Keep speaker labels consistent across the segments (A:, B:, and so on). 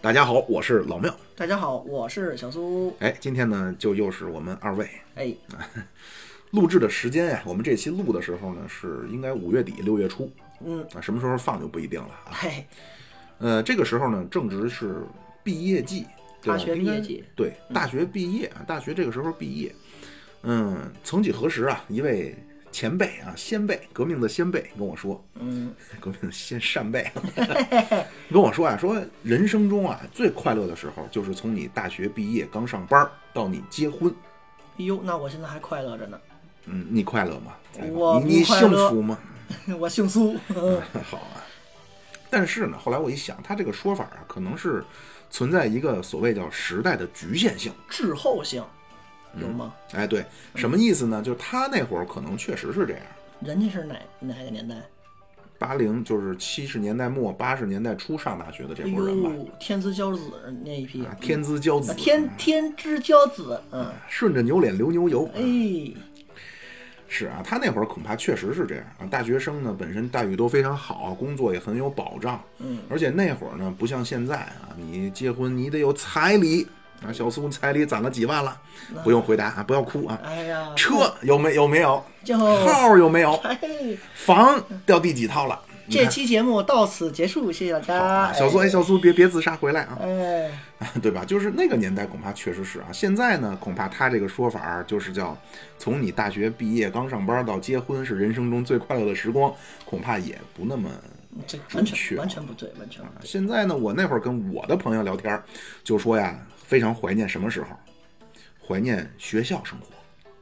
A: 大家好，我是老庙。
B: 大家好，我是小苏。
A: 哎，今天呢，就又是我们二位
B: 哎，
A: 录制的时间呀。我们这期录的时候呢，是应该五月底六月初
B: 嗯，
A: 啊，什么时候放就不一定了啊。
B: 嘿，
A: 呃，这个时候呢，正值是毕业季，对吧
B: 大学毕业季
A: 应该对，大学毕业啊，大学这个时候毕业。嗯，曾几何时啊，一位前辈啊，先辈，革命的先辈跟我说，
B: 嗯，
A: 革命的先扇贝，跟我说啊，说人生中啊最快乐的时候，就是从你大学毕业刚上班儿到你结婚。
B: 哎呦，那我现在还快乐着呢，
A: 嗯，你快乐吗？哎
B: 我
A: 你你
B: 不快
A: 幸
B: 乐
A: 福吗？
B: 我姓苏。
A: 好啊。但是呢，后来我一想，他这个说法啊，可能是存在一个所谓叫时代的局限性。
B: 滞后性有吗？
A: 哎，对，什么意思呢？就是他那会儿可能确实是这样，
B: 人家是哪哪个年代？
A: 八零就是七十年代末八十年代初上大学的这
B: 哎
A: 波人吧，
B: 呦，天之骄子那一批，
A: 啊，天之骄子，啊
B: 啊天天之骄子，嗯，
A: 顺着牛脸流牛油。
B: 哎，
A: 是啊，他那会儿恐怕确实是这样啊。大学生呢，本身待遇都非常好，工作也很有保障，
B: 嗯，
A: 而且那会儿呢，不像现在啊，你结婚你得有彩礼啊。小苏彩礼攒了几万了，
B: 嗯
A: 不用回答啊，不要哭啊。
B: 哎呀，
A: 车有没有没有？
B: 就
A: 号有没有？
B: 嘿，
A: 房掉第几套了？你
B: 这
A: 看
B: 期节目到此结束，谢谢大
A: 啊
B: 家。
A: 小苏，哎，
B: 哎，
A: 小苏，别别自杀回来啊，
B: 哎，
A: 对吧？就是那个年代恐怕确实是啊，现在呢，恐怕他这个说法儿就是叫从你大学毕业刚上班到结婚是人生中最快乐的时光，恐怕也不那么
B: 这完
A: 准确
B: 全完全不对，完全不对。
A: 现在呢，我那会儿跟我的朋友聊天儿，就说呀，非常怀念什么时候？怀念学校生活，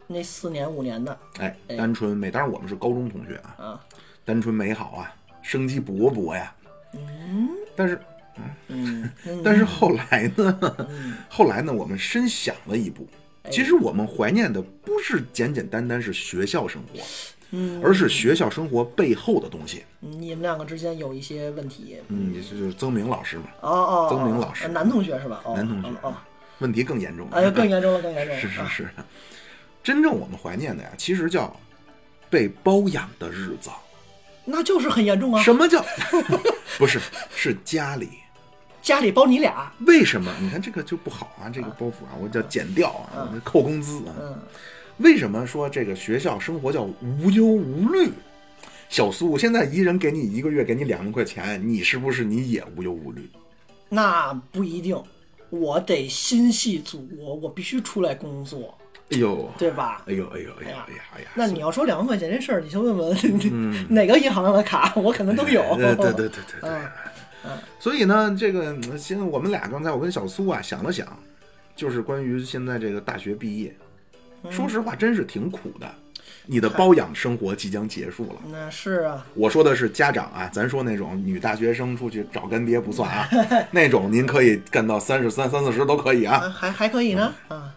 B: 那四年五年的
A: 哎，单纯美。当然我们是高中同学啊，
B: 啊，
A: 单纯美好啊，生机勃勃呀。但是，
B: 嗯，嗯
A: 但是后来呢？后来呢？我们深想了一步，
B: 哎
A: 其实我们怀念的不是简简单单是学校生活，
B: 嗯，
A: 而是学校生活背后的东西。
B: 你们两个之间有一些问题。
A: 嗯，也就是曾明老师嘛，
B: 哦哦，
A: 曾明老师
B: 呃男同学是吧？哦
A: 男同学
B: 哦哦，
A: 问题更严重。
B: 哎呀，更严重了，更严重 了。
A: 是是
B: 啊
A: 是，真正我们怀念的呀，其实叫被包养的日子。
B: 那就是很严重啊！
A: 什么 叫？不是，是家里。
B: 家里包你俩，
A: 为什么？你看这个就不好啊，这个包袱啊，我叫减掉啊，我就扣工资啊。
B: 嗯，
A: 为什么说这个学校生活叫无忧无虑？小苏，现在一人给你一个月给你两万块钱，你是不是你也无忧无虑？
B: 那不一定，我得心系祖国，我必须出来工作，
A: 哎呦，
B: 对吧？
A: 哎呦，哎呦，哎呦，哎呀，哎呀！
B: 那你要说两万块钱这事儿，你先问问、 哪个银行的卡， 我可能都有。
A: 嗯对对对对对对
B: 嗯。
A: 所以呢，这个嗯现在我们俩刚才我跟小苏啊想了想，就是关于现在这个大学毕业，说实话真是挺苦的。
B: 嗯
A: 你的包养生活即将结束了。
B: 那是啊，
A: 我说的是家长啊，咱说那种女大学生出去找干爹不算 啊，那种您可以干到三十三、三四十都可以啊。嗯
B: 啊还还可以呢啊，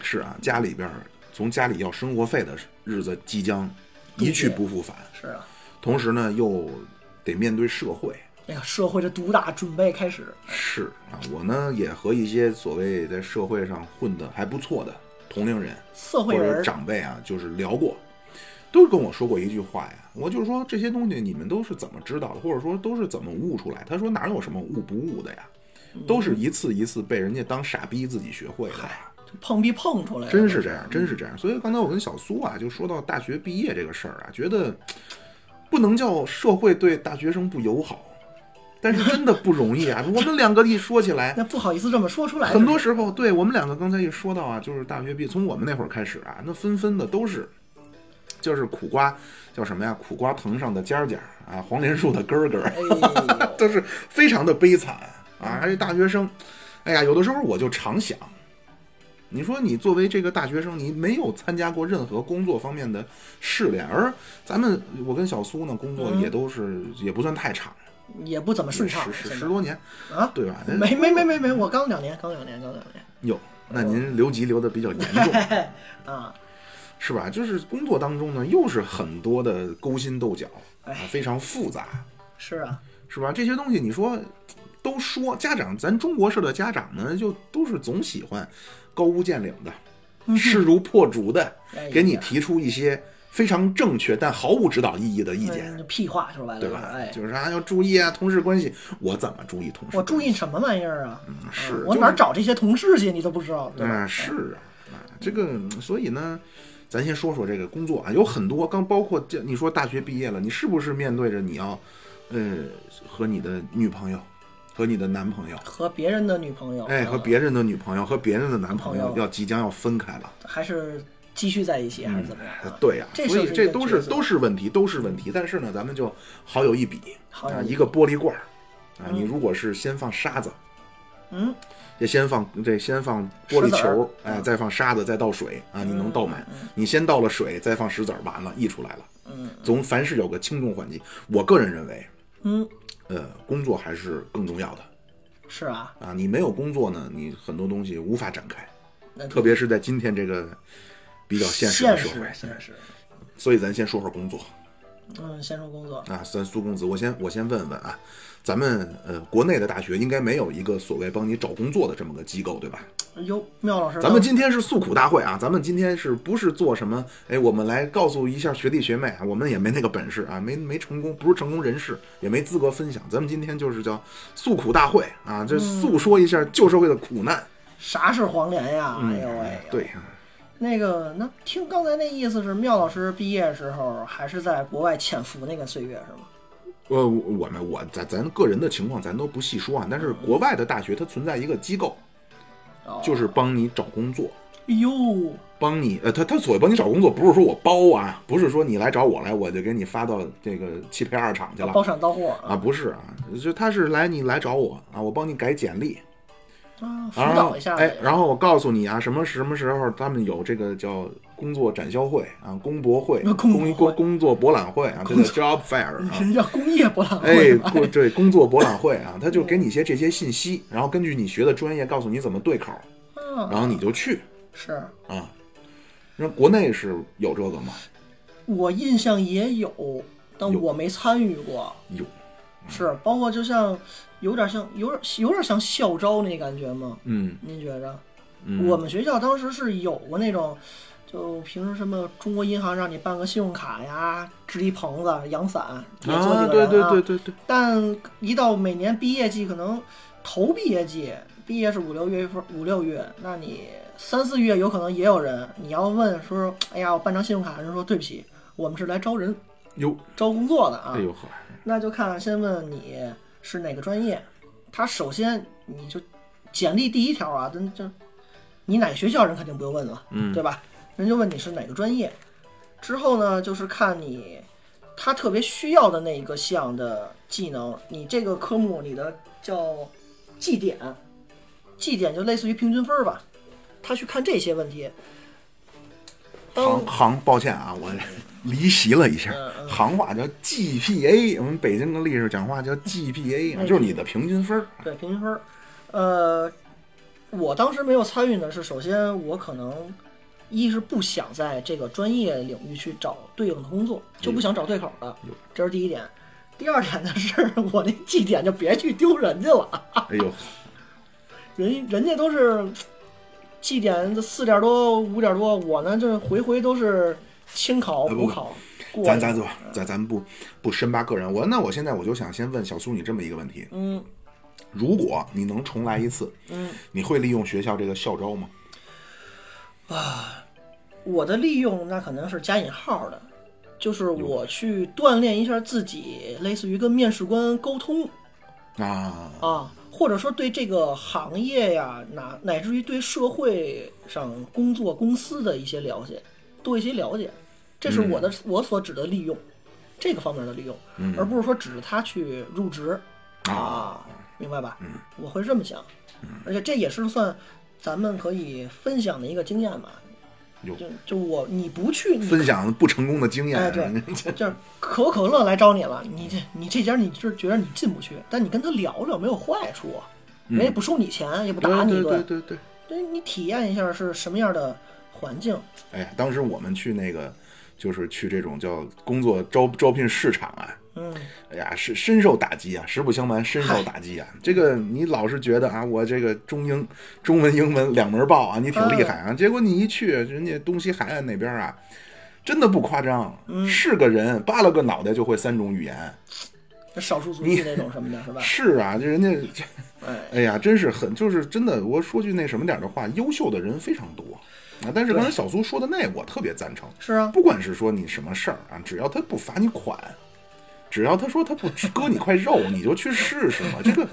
A: 是啊，家里边儿从家里要生活费的日子即将一去不复返，
B: 是啊。
A: 同时呢又得面对社会，
B: 哎呀，社会的毒打准备开始，
A: 是啊，我呢也和一些所谓在社会上混得还不错的同龄人
B: 社
A: 或
B: 会人
A: 者
B: 儿
A: 长辈啊，就是聊过，都跟我说过一句话呀。我就说这些东西你们都是怎么知道的，或者说都是怎么悟出来？他说哪有什么悟不悟的呀，
B: 嗯
A: 都是一次一次被人家当傻逼自己学会的呀。
B: 碰壁碰出来的，
A: 真是这样，真是这样。所以刚才我跟小苏啊，就说到大学毕业这个事儿啊，觉得不能叫社会对大学生不友好，但是真的不容易啊。我们两个一说起来，
B: 那不好意思这么说出来，
A: 很多时候，对我们两个刚才一说到啊，就是大学毕业，从我们那会儿开始啊，那纷纷的都是，就是苦瓜叫什么呀？苦瓜藤上的尖儿尖儿啊，黄连树的根儿根儿，
B: 哎呦，
A: 都是非常的悲惨啊。而且大学生，哎呀，有的时候我就常想，你说你作为这个大学生，你没有参加过任何工作方面的试炼，而咱们我跟小苏呢，工作也都是、也不算太长，
B: 也不怎么嗯顺畅
A: 十十
B: 现在
A: 十多年，
B: 啊，
A: 对吧？
B: 没没没没没，我刚两年，刚两年，刚两年
A: 有，那您留级留的比较严重。
B: 啊，
A: 是吧？就是工作当中呢，又是很多的勾心斗角啊
B: 哎，
A: 非常复杂，
B: 是啊，
A: 是吧？这些东西你说都说家长，咱中国式的家长呢，就都是总喜欢高屋建瓴的，势如破竹的
B: 嗯哎，
A: 给你
B: 呀
A: 提出一些非常正确但毫无指导意义的意见，
B: 嗯屁话说白了，
A: 对吧？
B: 哎，
A: 就是啥要注意啊，同事关系，我怎么注意同事？
B: 我注意什么玩意儿啊？嗯
A: 是
B: 我
A: 就
B: 哪儿
A: 是
B: 找这些同事去？你都不知道，对吧？哎嗯
A: 啊，是啊，啊，这个，嗯所以呢，咱先说说这个工作啊，有很多，刚包括这，你说大学毕业了，你是不是面对着你要，呃，和你的女朋友，和你的男朋友，
B: 和别人的女朋友，
A: 哎，和
B: 嗯
A: 别人的女朋友和别人的男朋
B: 朋
A: 友
B: 友
A: 要即将要分开了。
B: 还是继续在一起，还是怎么样
A: 哎
B: 啊？
A: 对呀、
B: 这
A: 所
B: 是
A: 以这都是都
B: 是
A: 是问题，都是问题。但是呢，咱们就好有一比
B: 好有
A: 啊，
B: 一比
A: 一个玻璃罐儿啊，你如果是先放沙子，
B: 嗯，
A: 也先放这先放玻璃
B: 石子儿嗯
A: 球，哎，再放沙子，再倒水啊，你能倒满。你先倒了水，再放石子儿，完了溢出来了。
B: 嗯，
A: 总凡事有个轻重缓急。我个人认为，
B: 嗯，
A: 呃，工作还是更重要的
B: 是啊，
A: 啊。你没有工作呢，你很多东西无法展开，
B: 那
A: 特别是在今天这个比较现实的
B: 现
A: 社
B: 实
A: 会。
B: 现实。
A: 所以咱先说说工作
B: 嗯，先说工作，
A: 啊，咱苏公子，我先我先问问啊，咱们呃国内的大学应该没有一个所谓帮你找工作的这么个机构，对吧？
B: 哟，哎妙老师，
A: 咱们今天是诉苦大会啊，咱们今天是不是做什么？哎，我们来告诉一下学弟学妹啊，我们也没那个本事啊，没没成功，不是成功人士，也没资格分享。咱们今天就是叫诉苦大会啊，
B: 嗯
A: 这诉说一下旧社会的苦难。
B: 啥是黄连呀？哎呦喂，
A: 对，啊
B: 那个，那听刚才那意思是，妙老师毕业的时候还是在国外潜伏那个岁月是吗？
A: 呃，我们我咱咱个人的情况咱都不细说啊，但是国外的大学它存在一个机构，
B: 哦，
A: 就是帮你找工作。
B: 哎呦，
A: 帮你，呃，他他所谓帮你找工作，不是说我包啊，不是说你来找我来，我就给你发到这个汽配二厂去了，
B: 包产到货
A: 啊，不是啊，就他是来你来找我啊，我帮你改简历，
B: 啊，辅
A: 然后
B: 导一下
A: 哎
B: 呗，，
A: 然后我告诉你啊，什么什么时候他们有这个叫工作展销会啊，工博会，
B: 那工博会
A: 工工作博览会啊，这个 job fair 啊。
B: 人家工业博览
A: 哎
B: 会，嘛，
A: 工对工作博览会啊，他就给你一些这些信息，然后根据你学的专业，告诉你怎么对口，
B: 嗯，
A: 然后你就去
B: 是
A: 啊。那国内是有这个吗？
B: 我印象也有，但
A: 有
B: 我没参与过，
A: 有，
B: 是包括就像有点像有点有点像校招那感觉吗？
A: 嗯
B: 您觉着？
A: 嗯，
B: 我们学校当时是有过那种，就平时什么中国银行让你办个信用卡呀，支一棚子、阳伞，也做
A: 啊，
B: 几
A: 对
B: 个
A: 对
B: 人啊。
A: 对对对，
B: 但一到每年毕业季，可能头毕业季，毕业是五六月份，五六月，那你三四月有可能也有人，你要问说，哎呀，我办张信用卡，人说对不起，我们是来招人、
A: 有，
B: 招工作的啊。
A: 哎呦呵，
B: 那就看先问你是哪个专业。他首先你就简历第一条啊，真就你哪个学校人肯定不用问了，
A: 嗯
B: 对吧？人就问你是哪个专业，之后呢就是看你他特别需要的那一个项的技能，你这个科目你的叫绩点，绩点就类似于平均分儿吧。他去看这些问题，当
A: 行行，抱歉啊，我离席了一下。
B: 嗯
A: 行话叫 GPA，我们北京的历史讲话叫 GPA，啊就是
B: 嗯
A: 你的平均分儿。
B: 对，平均分儿。呃，我当时没有参与呢，是首先我可能一是不想在这个专业领域去找对应的工作，就
A: 嗯
B: 不想找对口的，这是第一点。第二点呢是 我那绩点就别去丢人家了，
A: 哎呦，
B: 人人家都是绩点四点多五点多，我呢这回回都是清考补考过的。
A: 呃咱咱咱咱咱不不深扒个人，我那我现在我就想先问小苏你这么一个问题：
B: 嗯
A: 如果你能重来一次，
B: 嗯，
A: 你会利用学校这个校招吗？
B: 我的利用那可能是加引号的，就是我去锻炼一下自己，类似于跟面试官沟通
A: 啊，
B: 啊，或者说对这个行业呀，乃乃至于对社会上工作公司的一些了解，多一些了解，这是我的、我所指的利用，这个方面的利用，而不是说指着他去入职啊，明白吧？我会这么想，而且这也是算咱们可以分享的一个经验吧。
A: 有
B: 就就我你不去，你
A: 分享不成功的经验。
B: 哎对就是可口可乐来招你了，你这你这家你就是觉得你进不去，但你跟他聊聊没有坏处，人也不收你钱，也不打
A: 嗯对
B: 你一
A: 对对
B: 顿，
A: 对对。
B: 对你体验一下是什么样的环境。
A: 哎呀，当时我们去那个，就是去这种叫工作招招聘市场啊，
B: 嗯，
A: 哎呀，是深受打击啊！实不相瞒，深受打击啊！这个你老是觉得啊，我这个中英、中文、英文两门报啊，你挺厉害
B: 嗯
A: 啊。结果你一去人家东西海岸那边啊，真的不夸张，
B: 嗯
A: 是个人扒拉个脑袋就会三种语言。
B: 那少数族裔那种什么 的，是吧？
A: 是啊，这人家， 这
B: 哎，
A: 哎呀，真是很，就是真的。我说句那什么点儿的话，优秀的人非常多啊。但是刚才小苏说的那，我特别赞成。
B: 是啊，
A: 不管是说你什么事儿啊，只要他不罚你款，只要他说他不割你块肉，你就去试试嘛。这个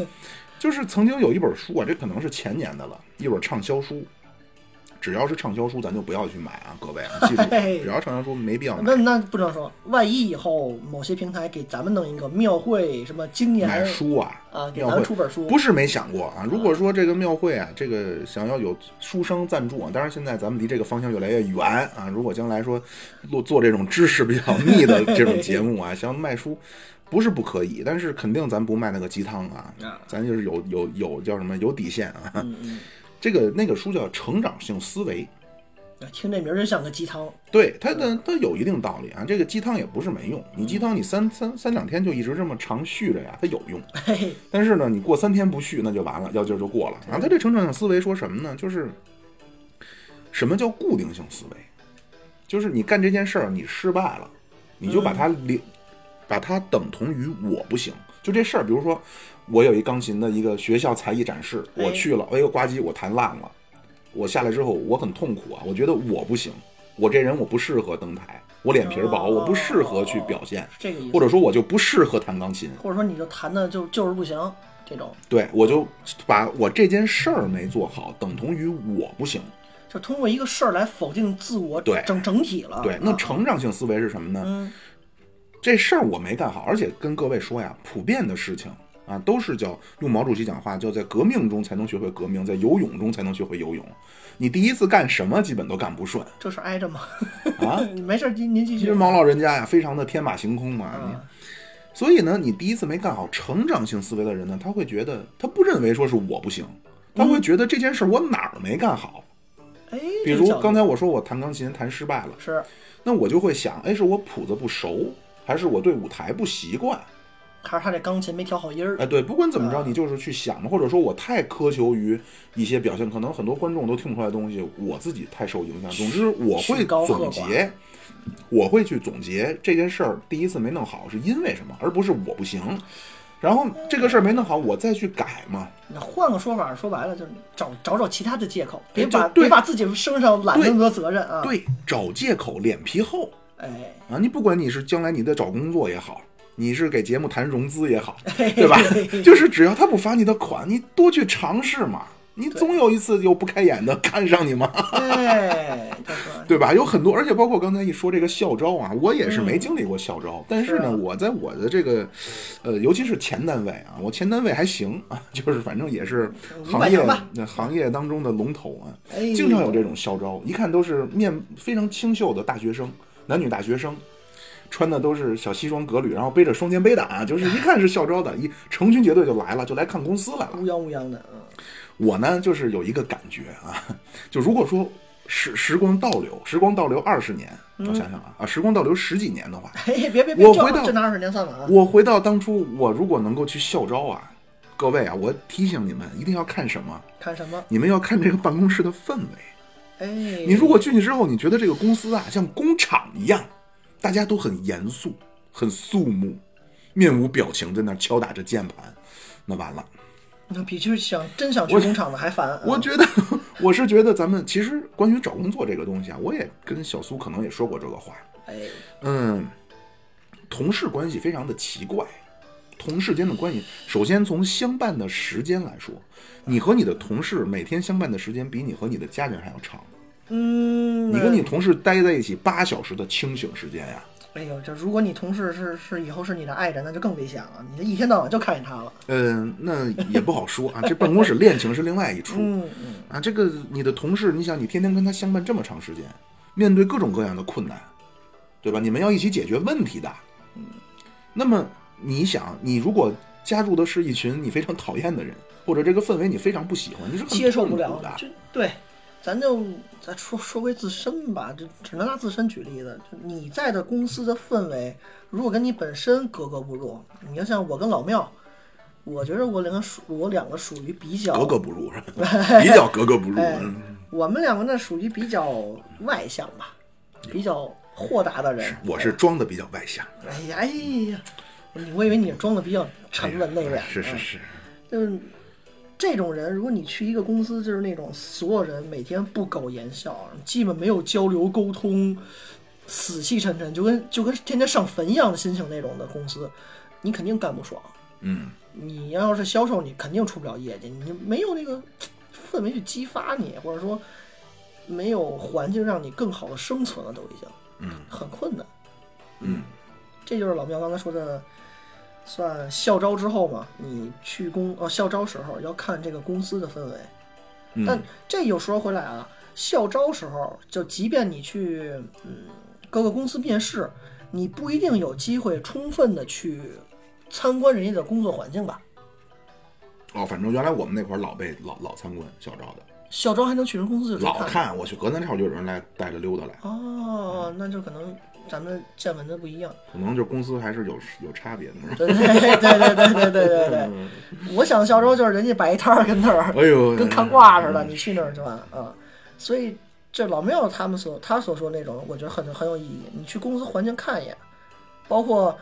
A: 就是曾经有一本书啊，这可能是前年的了，一本畅销书。只要是畅销书，咱就不要去买啊，各位记住，只要畅销书没必要
B: 那
A: 买。
B: 那不能说，万一以后某些平台给咱们弄一个庙会什么经验
A: 买书啊，
B: 啊，给
A: 庙
B: 咱
A: 会
B: 们出本书，
A: 不是没想过啊。如果说这个庙会啊，这个想要有书生赞助啊，当然现在咱们离这个方向越来越远啊。如果将来说做做这种知识比较密 的这种节目啊，想卖书不是不可以，但是肯定咱不卖那个鸡汤啊
B: 啊，
A: 咱就是有有有叫什么有底线啊。
B: 嗯嗯，
A: 这个那个书叫《成长性思维》。
B: 听这名儿真像个鸡汤，
A: 对它
B: 嗯
A: 的它有一定道理啊，这个鸡汤也不是没用。你鸡汤你三三三两天就一直这么长续着呀，它有用。
B: 嘿嘿，
A: 但是呢，你过三天不续，那就完了，要劲儿就过了。然后他这成长性思维说什么呢？就是什么叫固定性思维？就是你干这件事儿，你失败了，你就把它
B: 嗯
A: 理，把它等同于我不行。就这事儿，比如说我有一钢琴的一个学校才艺展示，
B: 哎
A: 我去了，哎呦呱唧，我弹烂了，我下来之后我很痛苦啊，我觉得我不行，我这人我不适合登台，我脸皮儿薄，
B: 哦
A: 我不适合去表现，
B: 是这个意思
A: 或，者说我就不适合弹钢琴。
B: 或者说你就谈的就就是不行这种，
A: 对，我就把我这件事儿没做好，等同于我不行。
B: 就通过一个事儿来否定自我
A: 对
B: 整整体了，
A: 对
B: 啊，
A: 那成长性思维是什么呢？
B: 嗯
A: 这事儿我没干好，而且跟各位说呀，普遍的事情啊，都是叫用毛主席讲话，叫在革命中才能学会革命，在游泳中才能学会游泳。你第一次干什么，基本都干不顺
B: 这事儿挨着吗？
A: 啊。
B: 没事儿，您您继
A: 其
B: 续
A: 实，毛老人家呀，非常的天马行空嘛。你
B: 啊，
A: 所以呢，你第一次没干好成长性思维的人呢，他会觉得他不认为说是我不行，他会觉得这件事儿我哪儿没干好。
B: 哎，
A: 比
B: 这
A: 如
B: 角度
A: 刚才我说我弹钢琴弹失败了，
B: 是
A: 那我就会想，哎，是我谱子不熟，还是我对舞台不习惯？
B: 还是他这钢琴没调好音儿
A: 哎，，对，不管怎么
B: 嗯
A: 着，你就是去想，或者说我太苛求于一些表现，可能很多观众都听不出来的东西，我自己太受影响。总之，我会
B: 曲高
A: 总
B: 和寡
A: 结，我会去总结这件事儿第一次没弄好是因为什么，而不是我不行。然后这个事儿没弄好，我再去改嘛。
B: 那换个说法，说白了就是找找找其他的借口，别
A: 哎就
B: 把
A: 对
B: 别把自己身上揽那么多责任啊。，
A: 对，找借口，脸皮厚。
B: 哎，
A: 啊，你不管你是将来你的找工作也好，你是给节目谈融资也好，对吧？就是只要他不罚你的款，你多去尝试嘛，你总有一次有不开眼的 看上你嘛，
B: 哎，他说
A: 对吧？有很多，而且包括刚才一说这个校招啊，我也是没经历过校招，但是
B: 嗯是
A: 呢，
B: 啊
A: 我在我的这个，呃，尤其是前单位啊，我前单位还行 啊，就是反正也是
B: 嗯
A: 行业
B: 500吧
A: 那行业当中的龙头啊，
B: 哎
A: 经常有这种校招，一看都是面非常清秀的大学生，男女大学生。穿的都是小西装革履，然后背着双肩背胆，就是一看是校招的，一成群结队就来了，就来看公司来了。
B: 乌泱乌泱的，嗯，
A: 我呢，就是有一个感觉啊， 就如果说时时光倒流，时光倒流二十年，我想想啊，啊，时光倒流十几年的话，
B: 嘿，哎别别别，
A: 我
B: 这
A: 回到
B: 这拿二十年算了啊。
A: 我回到当初，我如果能够去校招啊，各位啊，我提醒你们一定要看什么？
B: 看什么？
A: 你们要看这个办公室的氛围。
B: 哎，
A: 你如果进去之后，你觉得这个公司啊像工厂一样，大家都很严肃、很肃穆，面无表情在那儿敲打着键盘，那完了。
B: 那比就是想真想去工厂的还烦啊。
A: 我觉得，我是觉得咱们其实关于找工作这个东西啊，我也跟小苏可能也说过这个话。
B: 哎，
A: 嗯，同事关系非常的奇怪，同事间的关系，首先从相伴的时间来说，你和你的同事每天相伴的时间比你和你的家人还要长。
B: 嗯，
A: 你跟你同事待在一起八小时的清醒时间呀、
B: 哎呦，这如果你同事是是以后是你的爱人，那就更危险了。你这一天到晚就看见他了。
A: 嗯，那也不好说啊。这办公室恋情是另外一出。
B: 嗯嗯，
A: 啊，这个你的同事，你想你天天跟他相伴这么长时间，面对各种各样的困难，对吧？你们要一起解决问题的。嗯，那么你想，你如果加入的是一群你非常讨厌的人，或者这个氛围你非常不喜欢，你是很
B: 接受不
A: 痛
B: 了
A: 苦的。
B: 就对。咱就咱说说回自身吧，这只能拿自身举例子。就你在的公司的氛围，如果跟你本身格格不入，你要像我跟老庙，我觉得我两个属我两个属于比较
A: 格格不 入，是吧比较格格不入。
B: 哎
A: 嗯，
B: 我们两个呢属于比较外向吧，比较豁达的人。
A: 我嗯是装的比较外向，
B: 哎呀哎呀，你我以为你是装的比较沉稳内敛，
A: 哎是是
B: 嗯
A: 是，
B: 就是这种人，如果你去一个公司，就是那种所有人每天不苟言笑，基本没有交流沟通，死气沉沉，就跟就跟天天上坟一样的心情那种的公司，你肯定干不爽。
A: 嗯，
B: 你要是销售，你肯定出不了业绩，你没有那个氛围去激发你，或者说没有环境让你更好的生存了，都已经，
A: 嗯，
B: 很困难。
A: 嗯，
B: 这就是老苗刚才说的，算校招之后嘛，你去公呃校招时候要看这个公司的氛围，
A: 嗯
B: 但这有说回来啊，校招时候就即便你去嗯各个公司面试，你不一定有机会充分的去参观人家的工作环境吧。
A: 哦，反正原来我们那会儿老被老老参观校招的，
B: 校招还能去人公司就直接
A: 老看我去隔三差五就有人来带着溜达来，
B: 哦，那就可能咱们见闻的不一样。
A: 可能就是公司还是有有差别的。是吧
B: 对对对对对对对对对，我想校招就是人家摆一摊儿跟那儿
A: 哎呦，
B: 跟看挂似的，你去那儿是吧？啊，所以这老庙他们所他所说那种，我觉得很很有意义。你去公司环境看一眼，包括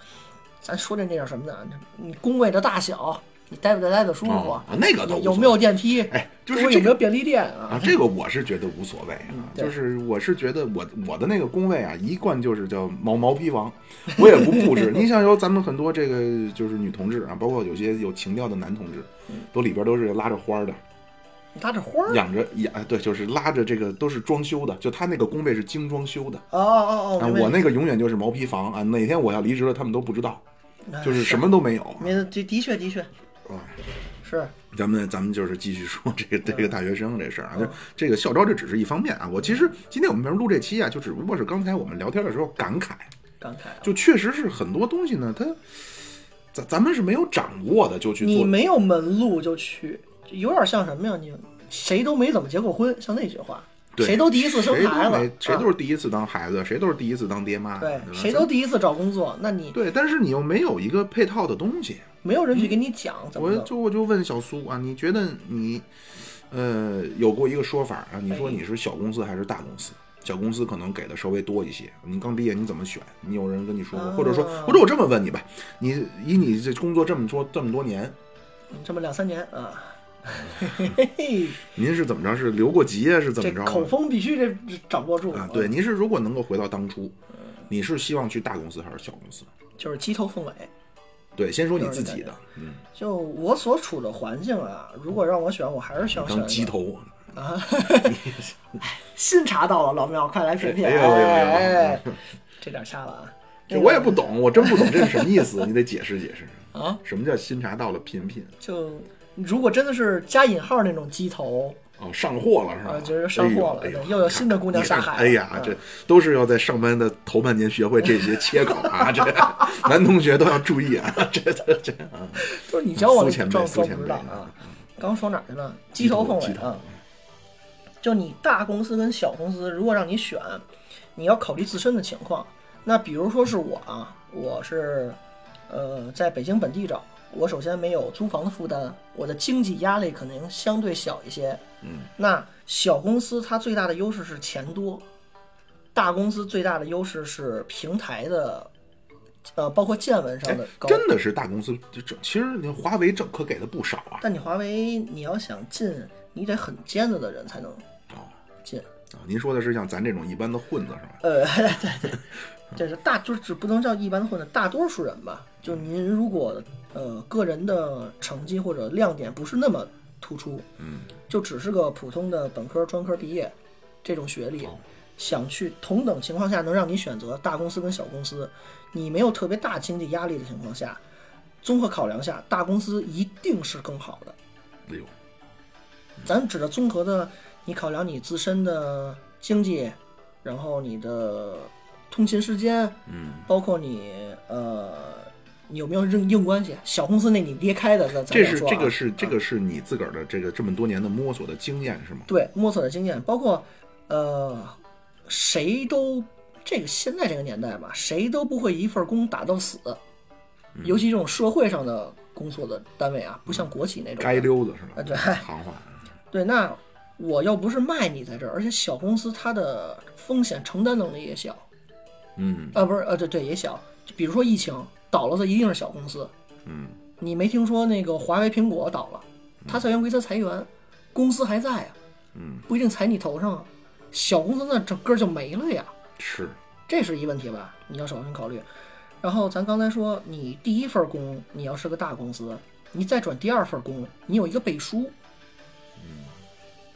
B: 咱说的那叫什么呢？你工位的大小，你待不待待的舒服
A: 哦，那个都
B: 有
A: 无
B: 有
A: 所
B: 没有电梯？
A: 哎，就
B: 周
A: 是
B: 围
A: 这
B: 有没有
A: 个
B: 便利店啊？
A: 啊，这个我是觉得无所谓啊，
B: 嗯对
A: 就是我是觉得我我的那个工位啊，一贯就是叫毛毛坯王，我也不布 置。你像有咱们很多这个就是女同志啊，包括有些有情调的男同志，
B: 嗯
A: 都里边都是拉着花儿的，
B: 你搭着花儿？啊
A: 养着养哎对，就是拉着这个都是装修的，就他那个工位是精装修的。
B: 哦哦
A: 啊
B: 哦，，
A: 我那个永远就是毛坯房啊！哪天我要离职了，他们都不知道，
B: 那
A: 就是什么都没有。
B: 没的，的的确的确
A: 啊，
B: 是
A: 咱们咱们就是继续说这个这个大学生这事儿啊，就这个校招这只是一方面啊。我其实今天我们为什么录这期啊，就只不过是刚才我们聊天的时候感慨，
B: 感慨啊。
A: 就确实是很多东西呢，它咱咱们是没有掌握的，就去
B: 你
A: 做。
B: 没有门路就去，有点像什么呀？你谁都没怎么结过婚，像那句话，
A: 对
B: 谁都第一次生
A: 谁
B: 孩
A: 都没
B: 子，，
A: 谁都
B: 啊
A: 是第一次当孩子，谁都是第一次当爹妈，
B: 对
A: 吧，
B: 谁都第一次找工作，那你
A: 对，但是你又没有一个配套的东西，
B: 没有人去给你讲怎么
A: 我
B: 弄
A: 就我就问小苏啊，你觉得你，呃，有过一个说法啊？你说
B: 哎
A: 你是小公司还是大公司？小公司可能给的稍微多一些。你刚毕业你怎么选？你有人跟你说过，或者说，
B: 啊
A: 或者我这么问你吧，你以你这工作这么多这么多年，
B: 这么两 三年啊。嘿嘿
A: 您是怎么着？是留过级啊？是怎
B: 这
A: 么着啊？
B: 口风必须得掌握住
A: 啊，对，，您是如果能够回到当初，你是希望去大公司还是小公司？
B: 就是鸡头凤尾。
A: 对，先说你
B: 就是
A: 自
B: 这
A: 己
B: 个
A: 的，嗯，
B: 就我所处的环境啊，如果让我选，我还是想选
A: 当
B: 一个
A: 鸡头，
B: 新查到了，老庙，快来品品！
A: 哎呦哎呦哎呦
B: 哎 哎这点掐了啊！
A: 这我也不懂，我真不懂这是什么意 思，你得解释解释。
B: 啊，
A: 什么叫新茶到了频频？
B: 就如果真的是加引号那种鸡头，
A: 哦，上货了是吧？
B: 啊就是上货了
A: 哎呦
B: 对
A: 哎呦
B: 又有新的姑娘
A: 你看
B: 下海了
A: 哎呀，
B: 嗯
A: 这都是要在上班的头半年学会这些切口啊， 这男同学都要注意啊，这这这啊，
B: 就是你教我
A: 苏
B: 的
A: 前辈
B: 装
A: 苏
B: 装
A: 前
B: 不
A: 辈
B: 知道啊。刚说哪儿去了？鸡
A: 头
B: 头凤尾
A: 鸡头
B: 啊！就你大公司跟小公司，如果让你选，你要考虑自身的情况。那比如说是我啊，我是呃在北京本地找，我首先没有租房的负担，我的经济压力可能相对小一些。
A: 嗯，
B: 那小公司它最大的优势是钱多，大公司最大的优势是平台的，呃，包括见闻上
A: 哎
B: 的高。
A: 真的是大公司，这这其实那华为政可给的不少啊。
B: 但你华为，你要想进，你得很尖子的人才能
A: 哦
B: 进。
A: 啊，您说的是像咱这种一般的混子是吧？
B: 呃， 对对，就是大，就是只不能叫一般混的，大多数人吧。就您如果呃个人的成绩或者亮点不是那么突出，
A: 嗯，
B: 就只是个普通的本科、专科毕业这种学历
A: 哦，
B: 想去同等情况下能让你选择大公司跟小公司，你没有特别大经济压力的情况下，综合考量下，大公司一定是更好的。
A: 哎呦，
B: 咱指的综合的，你考量你自身的经济，然后你的通勤时间，
A: 嗯，
B: 包括你呃你有没有硬硬关系？小公司那你爹开的，咱咱
A: 这
B: 再
A: 是
B: 说、啊、
A: 这个是这
B: 啊
A: 个是你自个儿的这个这么多年的摸索的经验是吗？
B: 对摸索的经验，包括呃，谁都这个现在这个年代吧，谁都不会一份工打到死，
A: 嗯
B: 尤其这种社会上的工作的单位啊，不像国企那种。
A: 街嗯溜子是吧？嗯
B: 啊对
A: 行话。
B: 对，那我又不是卖你在这儿，而且小公司它的风险承担能力也小
A: 嗯
B: 啊，不是呃，对对也小。就比如说疫情倒了的一定是小公司，
A: 嗯
B: 你没听说那个华为、苹果倒了，它裁员归它裁员，公司还在啊，
A: 嗯，
B: 不一定踩你头上啊，小公司那整个就没了呀。
A: 是
B: 这是一问题吧？你要首先考虑。然后咱刚才说，你第一份工你要是个大公司，你再转第二份工，你有一个背书，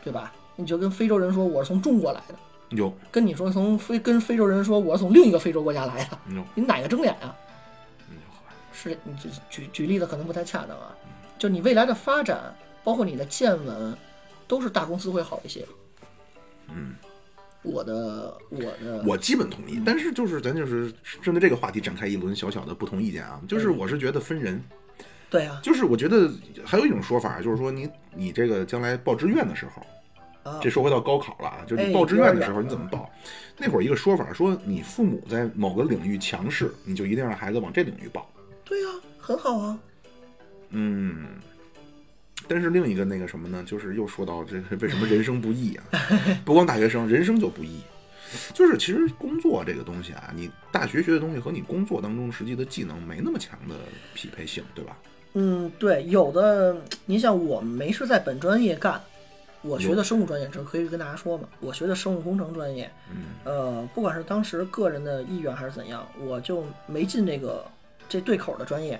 B: 对吧？你就跟非洲人说我是从中国来的，
A: 有
B: 跟你说从非跟非洲人说我是从另一个非洲国家来的，
A: 有有
B: 你哪个睁眼啊？
A: 有
B: 是你这举举例子可能不太恰当啊，就你未来的发展，包括你的见闻，都是大公司会好一些。嗯，我的我的
A: 我基本
B: 嗯
A: 同意，但是就是咱就是针对这个话题展开一轮小小的不同意见啊，就是
B: 嗯
A: 我是觉得分人，
B: 对啊
A: 就是我觉得还有一种说法，就是说你你这个将来报志愿的时候，
B: 啊
A: 这说回到高考了啊，就是
B: 哎
A: 你报志愿的时
B: 有
A: 候
B: 点
A: 你怎么报？那会儿一个说法说，你父母在某个领域强势，你就一定让孩子往这领域报。
B: 对啊，很好啊。
A: 嗯，但是另一个那个什么呢，就是又说到这个为什么人生不易啊？ 不光大学生，人生就不易。就是其实工作这个东西啊，你大学学的东西和你工作当中实际的技能没那么强的匹配性，对吧？
B: 嗯，对，有的，你像我没是在本专业干，我学的生物专业，这可以跟大家说嘛，我学的生物工程专业，
A: 嗯
B: 呃，不管是当时个人的意愿还是怎样，我就没进这个这对口的专业，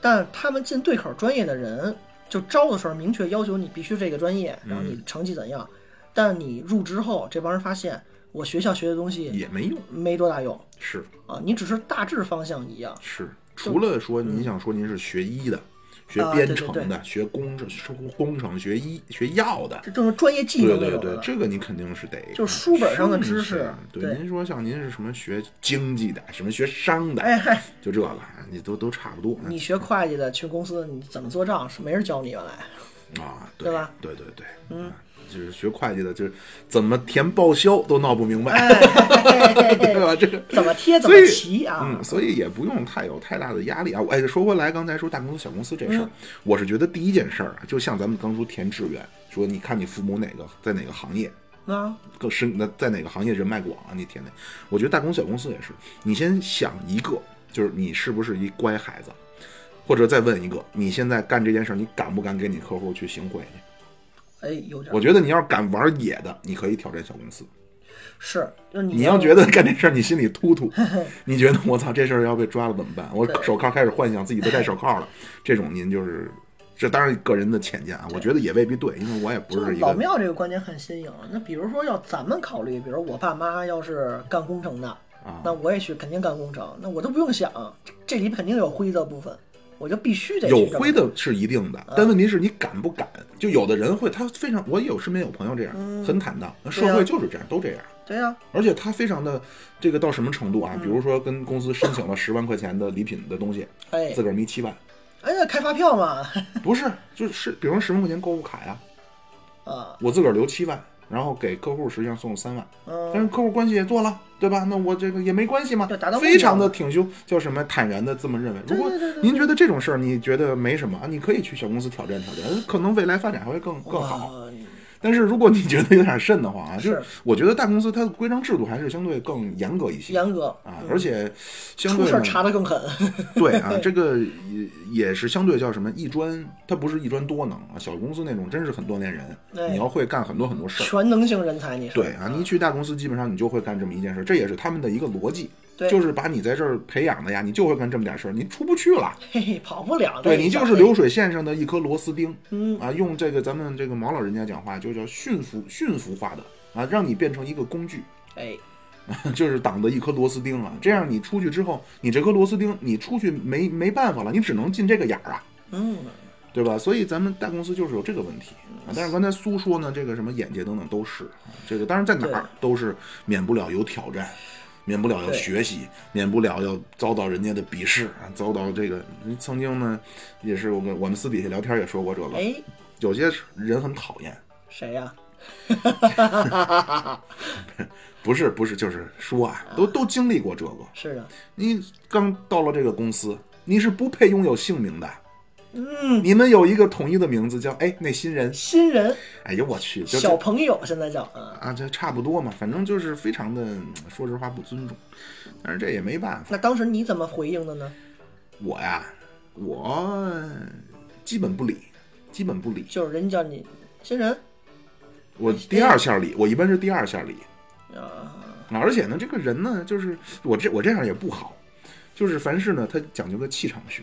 B: 但他们进对口专业的人，就招的时候明确要求你必须这个专业，然后
A: 嗯
B: 你成绩怎样，但你入职后，这帮人发现我学校学的东西
A: 也没用。
B: 没多大用
A: 是
B: 啊，你只是大致方向一样，
A: 是，除了说您想说您是学医的、学
B: 嗯啊
A: 编
B: 对对
A: 程
B: 对
A: 的、学工程、学工程、学医、学药的，
B: 这正是专业技
A: 对
B: 能那
A: 对
B: 种的
A: 对
B: 了，。
A: 这个您肯定是得
B: 就是书本上的
A: 上一
B: 知识
A: 下对，
B: 对
A: 您说像您是什么学经济的，什么学商的，
B: 哎嗨，
A: 就这个，你都都差不多。
B: 你学会计的去公司，你怎么做账是没人教你原来。
A: 啊，
B: 对吧？
A: 对对对，嗯，就是学会计的，就是怎么填报销都闹不明白，
B: 哎
A: 对吧？这个
B: 怎么贴
A: 所
B: 怎么
A: 以
B: 齐啊
A: 嗯，？所以也不用太有太大的压力啊。我哎，说回来，刚才说大公司小公司这事儿，
B: 嗯
A: 我是觉得第一件事儿啊，就像咱们当初填志愿，说你看你父母哪个在哪个行业。
B: 啊，
A: 更深，那在哪个行业人脉广啊？你填哪？我觉得大公司、小公司也是，你先想一个，就是你是不是一乖孩子，或者再问一个，你现在干这件事儿，你敢不敢给你客户去行贿去？
B: 哎，有点
A: 我觉得你要是敢玩野的，你可以挑战小公司。
B: 是，就是你
A: 你要觉得干这事儿你心里突 突，你觉得我操这事儿要被抓了怎么办？我手铐开始幻想自己都戴手铐 了，这种您就是，这当然个人的浅见啊，我觉得也未必对，因为我也不
B: 就是是
A: 一
B: 老
A: 个
B: 庙这个观点很新颖。那比如说要咱们考虑，比如我爸妈要是干工程的，
A: 啊
B: 那我也去肯定干工程，那我都不用想，这这里肯定有灰的部分，我就必须得去
A: 有
B: 这么
A: 灰的是一定的，但问题是你敢不敢？就有的人会，他非常，我有身边有朋友这样，很坦荡，社会就是这样，都这样。
B: 对呀、啊，
A: 而且他非常的这个到什么程度啊？比如说跟公司申请了十万块钱的礼品的东西，
B: 哎
A: 自个儿眯七万，
B: 哎呀，开发票嘛，
A: 不是，就是比如说十万块钱购物卡呀，
B: 啊，
A: 我自个儿留七万，然后给客户实际上送三万，但
B: 嗯，
A: 是客户关系也做了，对吧？那我这个也没关系嘛
B: 就达到，目的了
A: 非常的挺胸，叫什么坦然的这么认为。如果
B: 对对对
A: 您觉得这种事儿你觉得没什么，啊你可以去小公司挑战挑战，可能未来发展还会更更好。
B: 哇
A: 但是如果你觉得有点瘆得慌啊，就是是我觉得大公司它的规章制度还是相对更严格一些
B: 严格
A: 啊，而且相
B: 出
A: 对
B: 事儿
A: 呢
B: 查的更狠，
A: 对啊，这个也也是相对叫什么一专，它不是一专多能啊，小公司那种真是很锻炼
B: 哎
A: 人，你要会干很多很多事儿。
B: 全能型人才你是
A: 对啊，你一去大公司，基本上你就会干这么一件事，这也是他们的一个逻辑，
B: 对
A: 就是把你在这儿培养的呀，你就会干这么点事儿，你出不去了。
B: 嘿嘿， 跑不了的。
A: 对你
B: 小
A: 就是
B: 黑
A: 流水线上的一颗螺丝钉，嗯啊，用这个咱们这个毛老人家讲话，就叫驯服驯服化的啊，让你变成一个工具，
B: 哎，
A: 就是党的一颗螺丝钉啊。这样你出去之后，你这颗螺丝钉你出去没没办法了，你只能进这个眼儿啊。
B: 嗯，
A: 对吧？所以咱们大公司就是有这个问题啊。但是刚才苏说呢，这个什么眼界等等都是啊这个，当然在哪
B: 对
A: 儿都是免不了有挑战。免不了要
B: 对
A: 学习，免不了要遭到人家的鄙视，啊遭到这个。曾经呢，也是我跟我们私底下聊天也说过这个，
B: 哎，
A: 有些人很讨厌，
B: 谁呀、
A: 不是不是，就是说啊，都都经历过这个。
B: 是的，
A: 你刚到了这个公司，你是不配拥有姓名的。
B: 嗯，
A: 你们有一个统一的名字叫哎那新人，
B: 新人
A: 哎呦我去，就
B: 小朋友现在叫啊，
A: 啊这差不多嘛，反正就是非常的，嗯说实话不尊重，但是这也没办法。
B: 那当时你怎么回应的呢？
A: 我呀，我基本不理，基本不理。
B: 就是人家叫你新人
A: 我第二下理，我一般是第二下理。
B: 啊，
A: 啊而且呢，这个人呢，就是我这我这样也不好，就是凡事呢，他讲究个气场学。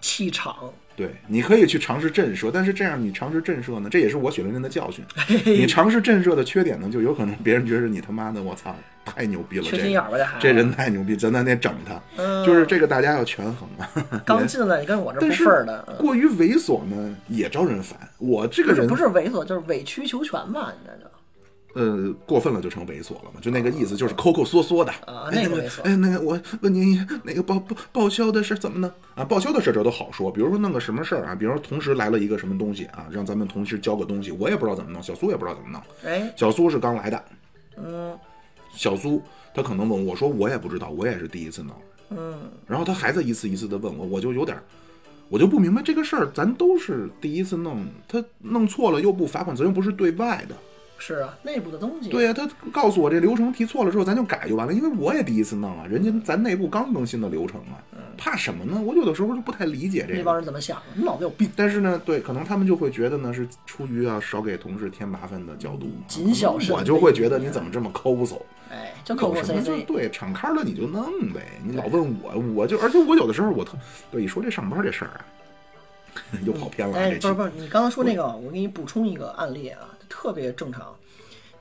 B: 气场，
A: 对，你可以去尝试震慑，但是这样你尝试震慑呢，这也是我血淋淋的 教训。你尝试震慑的缺点呢，就有可能别人觉得你他妈的，我操，太牛逼了，
B: 缺心
A: 这
B: 眼
A: 个
B: 儿吧这孩子，
A: 这人太牛逼，咱咱得整他。
B: 啊嗯
A: 就是这个大家要权衡 啊。
B: 刚进来，你跟我这不
A: 但是
B: 份儿的，嗯
A: 过于猥琐呢，也招人烦。我这
B: 不
A: 个
B: 是
A: 人
B: 不是猥琐，就是委曲求全吧，你这就。
A: 呃，过分了就成猥琐了嘛，就那个意思，就是抠抠缩缩的
B: 啊
A: 哎
B: 哦那个
A: 个
B: 猥琐
A: 哎，那个我问您一下，那个报报报销的事儿怎么弄啊？报销的事儿这都好说，比如说弄个什么事儿啊，比如说同时来了一个什么东西啊，让咱们同时交个东西，我也不知道怎么弄，小苏也不知道怎么弄。
B: 哎，
A: 小苏是刚来的，
B: 嗯
A: 小苏他可能问我说我也不知道，我也是第一次弄，
B: 嗯，
A: 然后他还在一次一次的问我，我就有点儿，我就不明白这个事儿，咱都是第一次弄，他弄错了又不罚款，咱又不是对外的。
B: 是啊，内部的东西。
A: 对呀、他告诉我这流程提错了之后，咱就改就完了，因为我也第一次弄啊，人家咱内部刚更新的流程啊，怕什么呢？我有的时候就不太理解这
B: 那帮
A: 个。
B: 人怎么想的？嗯你脑子有病，
A: 但是呢，对，可能他们就会觉得呢是出于啊少给同事添麻烦的角度嘛，
B: 嗯谨小慎微
A: 我就会觉得你怎么这么抠搜，
B: 哎，就口
A: 有
B: 口
A: 什
B: 塞
A: 么就
B: 塞。
A: 对，敞开了你就弄呗，你老问我，我就而且我有的时候我特对一说这上班这事儿啊，又跑偏了啊、 这
B: 哎，不
A: 期
B: 是不是，你刚才说那个，我给你补充一个案例啊，特别正常。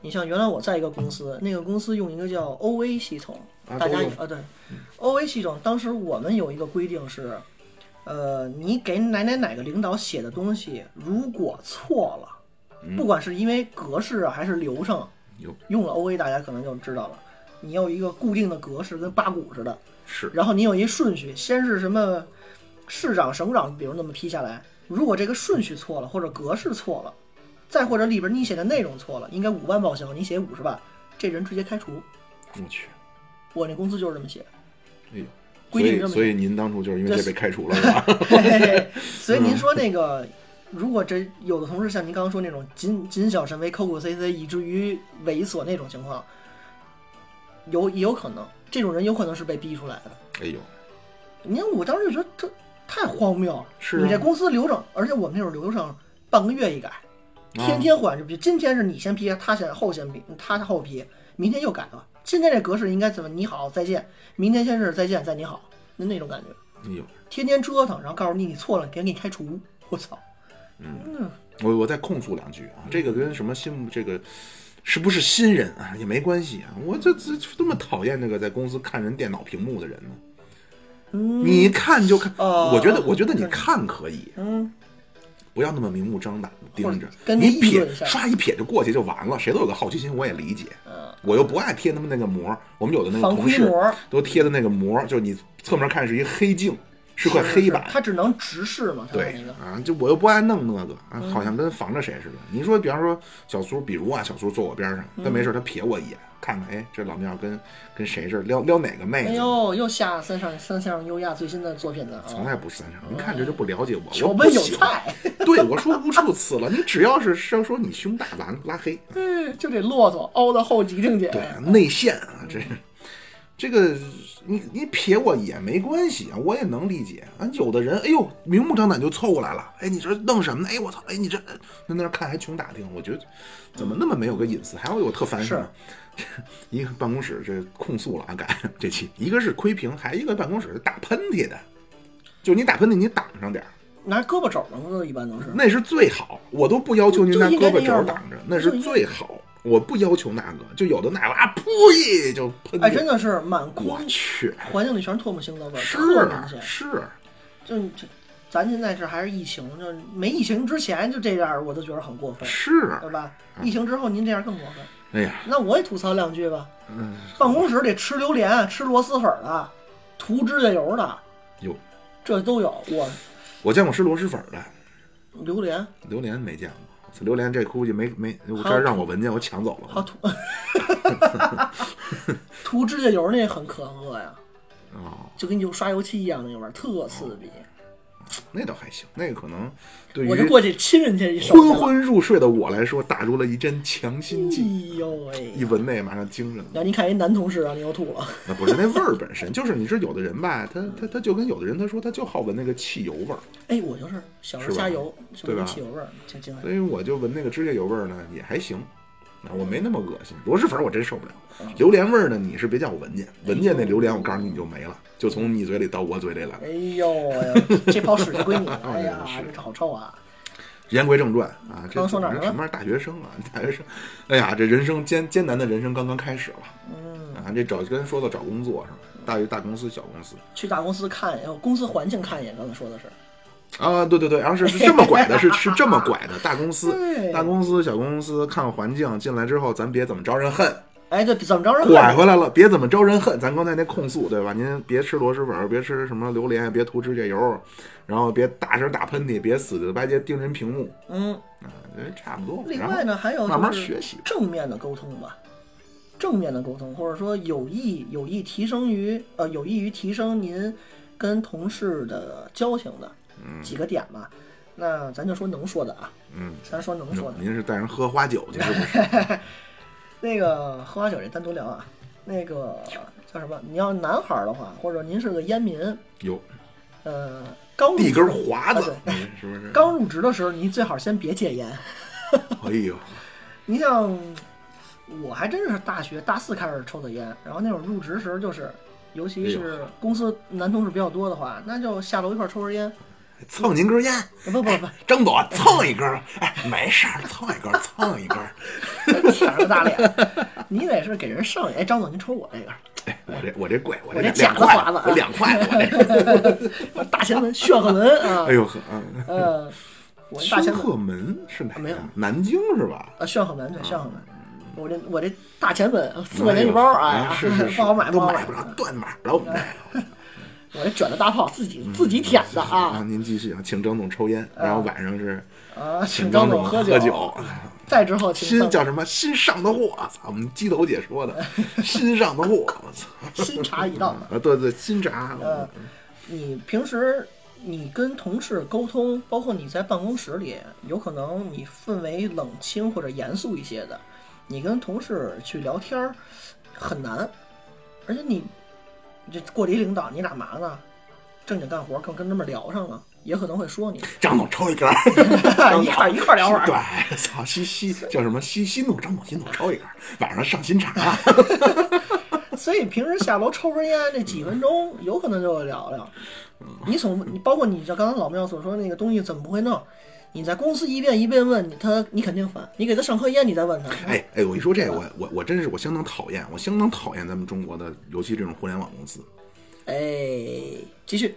B: 你像原来我在一个公司，那个公司用一个叫 OA 系统，
A: 啊
B: 大家
A: 都
B: 有
A: 用
B: 啊对，OA 系统，当时我们有一个规定是，呃，你给哪哪哪个领导写的东西，如果错了，
A: 嗯
B: 不管是因为格式啊还是流程，
A: 有
B: 用了 OA 大家可能就知道了，你有一个固定的格式，跟八股似的，
A: 是
B: 然后你有一顺序，先是什么市长、省长，比如那么批下来，如果这个顺序错了，或者格式错了，再或者里边你写的内容错了，应该五万报销，你写五十万，这人直接开除。
A: 我去，
B: 我那公司就是这么写，
A: 哎呦，所
B: 规定
A: 以
B: 这么
A: 所以您当初就是因为这被开除了是吧？
B: 嘿嘿嘿 所以您说那个，如果这有的同事像您刚刚说那种谨谨小慎微、抠抠塞塞，以至于猥琐那种情况，有也有可能，这种人有可能是被逼出来的。
A: 哎呦。
B: 您我当时就觉得这太荒谬了，
A: 是啊
B: 你这公司流程，而且我们那种流程半个月一改，天天换，就比如今天是你先批，他先后先批，他后批，明天又改了。今天这格式应该怎么？你好，再见。明天先是再见，再你好，那那种感觉，
A: 哎呦，
B: 天天折腾，然后告诉你你错了，给你开除。我操！
A: 我我再控诉两句啊，这
B: 嗯
A: 个跟什么新这个是不是新人啊也没关系啊，我这这这么讨厌这个在公司看人电脑屏幕的人呢。你看就看，
B: 嗯哦
A: 我觉得，我觉得你看可以，
B: 嗯，
A: 不要那么明目张胆的盯着
B: 或者，跟
A: 你
B: 人议
A: 撇
B: 论一下嗯
A: 刷一撇就过去就完了。谁都有个好奇心，我也理解，我又不爱贴他们那个膜。我们有的那个
B: 防
A: 同
B: 窥
A: 事
B: 膜
A: 都贴的那个膜，就是你侧面看是一黑镜，是块黑板，
B: 他只能直视嘛，他的
A: 对
B: 那个嗯
A: 啊，就我又不爱弄那个，啊，好像跟防着谁似的。你说，比方说小苏，比如啊，小苏坐我边上，
B: 嗯
A: 他没事，他瞥我一眼，看看，哎，这老庙跟跟谁似的，撩撩哪个妹
B: 哎
A: 子，
B: 呦，又下三上三项优亚最新的作品呢
A: 从
B: 啊！
A: 来不是三上。你看这就不了解我，
B: 小
A: 我
B: 奔
A: 不
B: 有
A: 喜欢。
B: 菜，
A: 对，我说无处此了。你只要是是要说你胸大，完了拉黑，
B: 嗯 就得骆驼凹到后脊梁去。
A: 对，内线啊，这这个你你瞥我一眼没关系啊，我也能理解啊。有的人哎呦明目张胆就凑过来了，哎你这弄什么呢？哎我操，哎你这那那儿看还穷打听，我觉得怎么那么没有个隐私？还有我特烦什么？ 一个办公室这控诉了啊，改这期一个是窥屏，还一个办公室是打喷嚏的，就你打喷嚏你挡上点儿。
B: 拿胳膊肘儿嘛，一般都是。
A: 那是最好，我都不要求您拿胳膊肘挡着，那
B: 就应该这样吗
A: 是最好。我不要求那个，就有的那个啊，噗一就喷。
B: 哎，真的嗯是满
A: 我
B: 空
A: 去，
B: 环境里全是唾沫星子味儿，
A: 是啊
B: 特明显。
A: 是，
B: 就你这咱现在是还是疫情，就没疫情之前就这样，我都觉得很过分，
A: 是啊，
B: 对吧？疫情之后您这样更过分，
A: 哎呀，
B: 那我也吐槽两句吧。
A: 嗯，
B: 办公室里吃榴莲、吃螺蛳粉的、涂指甲油的，
A: 有
B: 这都有。我
A: 我见过吃螺蛳粉的，
B: 榴莲
A: 榴莲没见过，榴莲这估计没没，我
B: 好
A: 这让我闻见我抢走
B: 还
A: 了，
B: 涂，涂指甲油那很可恶呀，
A: 哦，
B: 就跟油刷油漆一样那个味儿，特刺鼻。
A: 那倒还行，那个可能对于
B: 我就过去亲人家一手去
A: 昏
B: 了，
A: 昏入睡的我来说，打入了一针强心剂，
B: 哎呦喂！
A: 一闻那马上精神了。
B: 让你看一男同事让啊你又吐了，
A: 那不是那味儿本身，就是你是有的人吧，他他他就跟有的人他说他就好闻那个汽油味儿，
B: 哎，我就是小时候
A: 是吧
B: 加油，就
A: 对吧
B: 闻汽油味儿，挺惊人。
A: 所以我就闻那个指甲油味儿呢也还行，啊，我没那么恶心。螺蛳粉儿我真受不了，
B: 嗯
A: 榴莲味儿呢你是别叫我闻见，闻见那榴莲我告诉你你就没了，就从你嘴里到我嘴里来了。
B: 哎呦喂，这泡屎就归你了！哎呀，
A: 是
B: 这好臭啊！
A: 言归正传啊，这
B: 刚说哪儿了
A: 这什么大学生啊？大学生，哎呀，这人生艰艰难的人生刚刚开始了。嗯啊，这找跟说到找工作是吧？大于大公司小公司
B: 去大公司看，然后公司环境看一眼，刚才说的是，
A: 啊，对对对，然后是是这么拐的，是是这么拐的。大公
B: 对
A: 司、大公司、小公司看环境进来之后，咱别怎么招人 恨，
B: 哎，这怎么着人
A: 拐回来了，别怎么招人恨。咱刚才那控诉对吧？您别吃螺蛳粉儿，别吃什么榴莲，别涂指甲油，然后别大声打喷嚏，别死乞白赖盯人屏幕
B: 嗯，
A: 啊，这差不多。
B: 另
A: 然后
B: 外呢，还有
A: 慢慢
B: 就是
A: 学习
B: 正面的沟通吧，正面的沟通，或者说有意有意提升于呃有益于提升您跟同事的交情的几个点吧。那咱就说能说的啊，
A: 嗯，
B: 咱说能说的。
A: 您是带人喝花酒去是不是？
B: 那个喝花酒这单独聊啊，那 个叫什么？你要男孩儿的话，或者您是个烟民，
A: 有
B: 呃，刚入
A: 地根
B: 职
A: 华子
B: 啊，
A: 是不是？
B: 刚入职的时候，你最好先别戒烟。
A: 哎呦，
B: 你像我还真是大学大四开始抽的烟，然后那会儿入职时候就是，尤
A: 哎
B: 其是公司男同事比较多的话，那就下楼一块儿抽根烟。
A: 蹭您根烟，
B: 不不 不，
A: 张总蹭一根儿，哎，没事儿，蹭一根儿，蹭一根儿。
B: 舔着大脸，你得是给人剩下。哎，张总，您抽我这个，
A: 哎，我这我这贵，我
B: 我这
A: 这
B: 假
A: 两
B: 的
A: 块
B: 华子啊，啊
A: 我两块，我这。
B: 我大前门炫赫门啊
A: 哎，呦呵，嗯
B: 呃，我大前
A: 宣
B: 门
A: 赫门是哪
B: 啊没有
A: 个？南京是吧？
B: 啊，炫赫门对，炫赫门。我这我这大前门四块钱一包儿，哎呀
A: 啊，是是是，
B: 不好买，啊
A: 都
B: 不好
A: 买不着，断码了，我们这。
B: 我这卷的大炮自
A: 嗯
B: 己自己舔的
A: 啊，
B: 啊
A: 您继续啊，请张总抽烟，然后晚上是
B: 啊！请
A: 嗯张
B: 张总
A: 喝
B: 酒，
A: 酒。
B: 再之后请
A: 新
B: 张
A: 叫什么？新上的货，操！我们鸡头姐说的， 新上的货，我操！
B: 新茶已到。
A: 啊，对对，新茶，
B: 呃，你平时你跟同事沟通，包括你在办公室里，有可能你氛围冷清或者严肃一些的，你跟同事去聊天儿很难，而且你这过了一领导，你干嘛呢？正经干活，更跟他们聊上了，也可能会说 你，
A: 张总抽一根儿，
B: 一块儿一块儿聊会儿。
A: 对，操，吸吸叫什么吸吸怒，张总吸怒抽一根儿，晚上上新茶，
B: 所以平时下楼抽根烟，这几分钟有可能就聊聊。你总你包括你这刚才老庙所说那个东西怎么不会弄，你在公司一遍一遍问你他，你肯定烦。你给他上颗烟，你再问他。
A: 哎哎，我一说这个，我我我真是我相当讨厌，我相当讨厌咱们中国的，尤其这种互联网公司，
B: 哎，继续，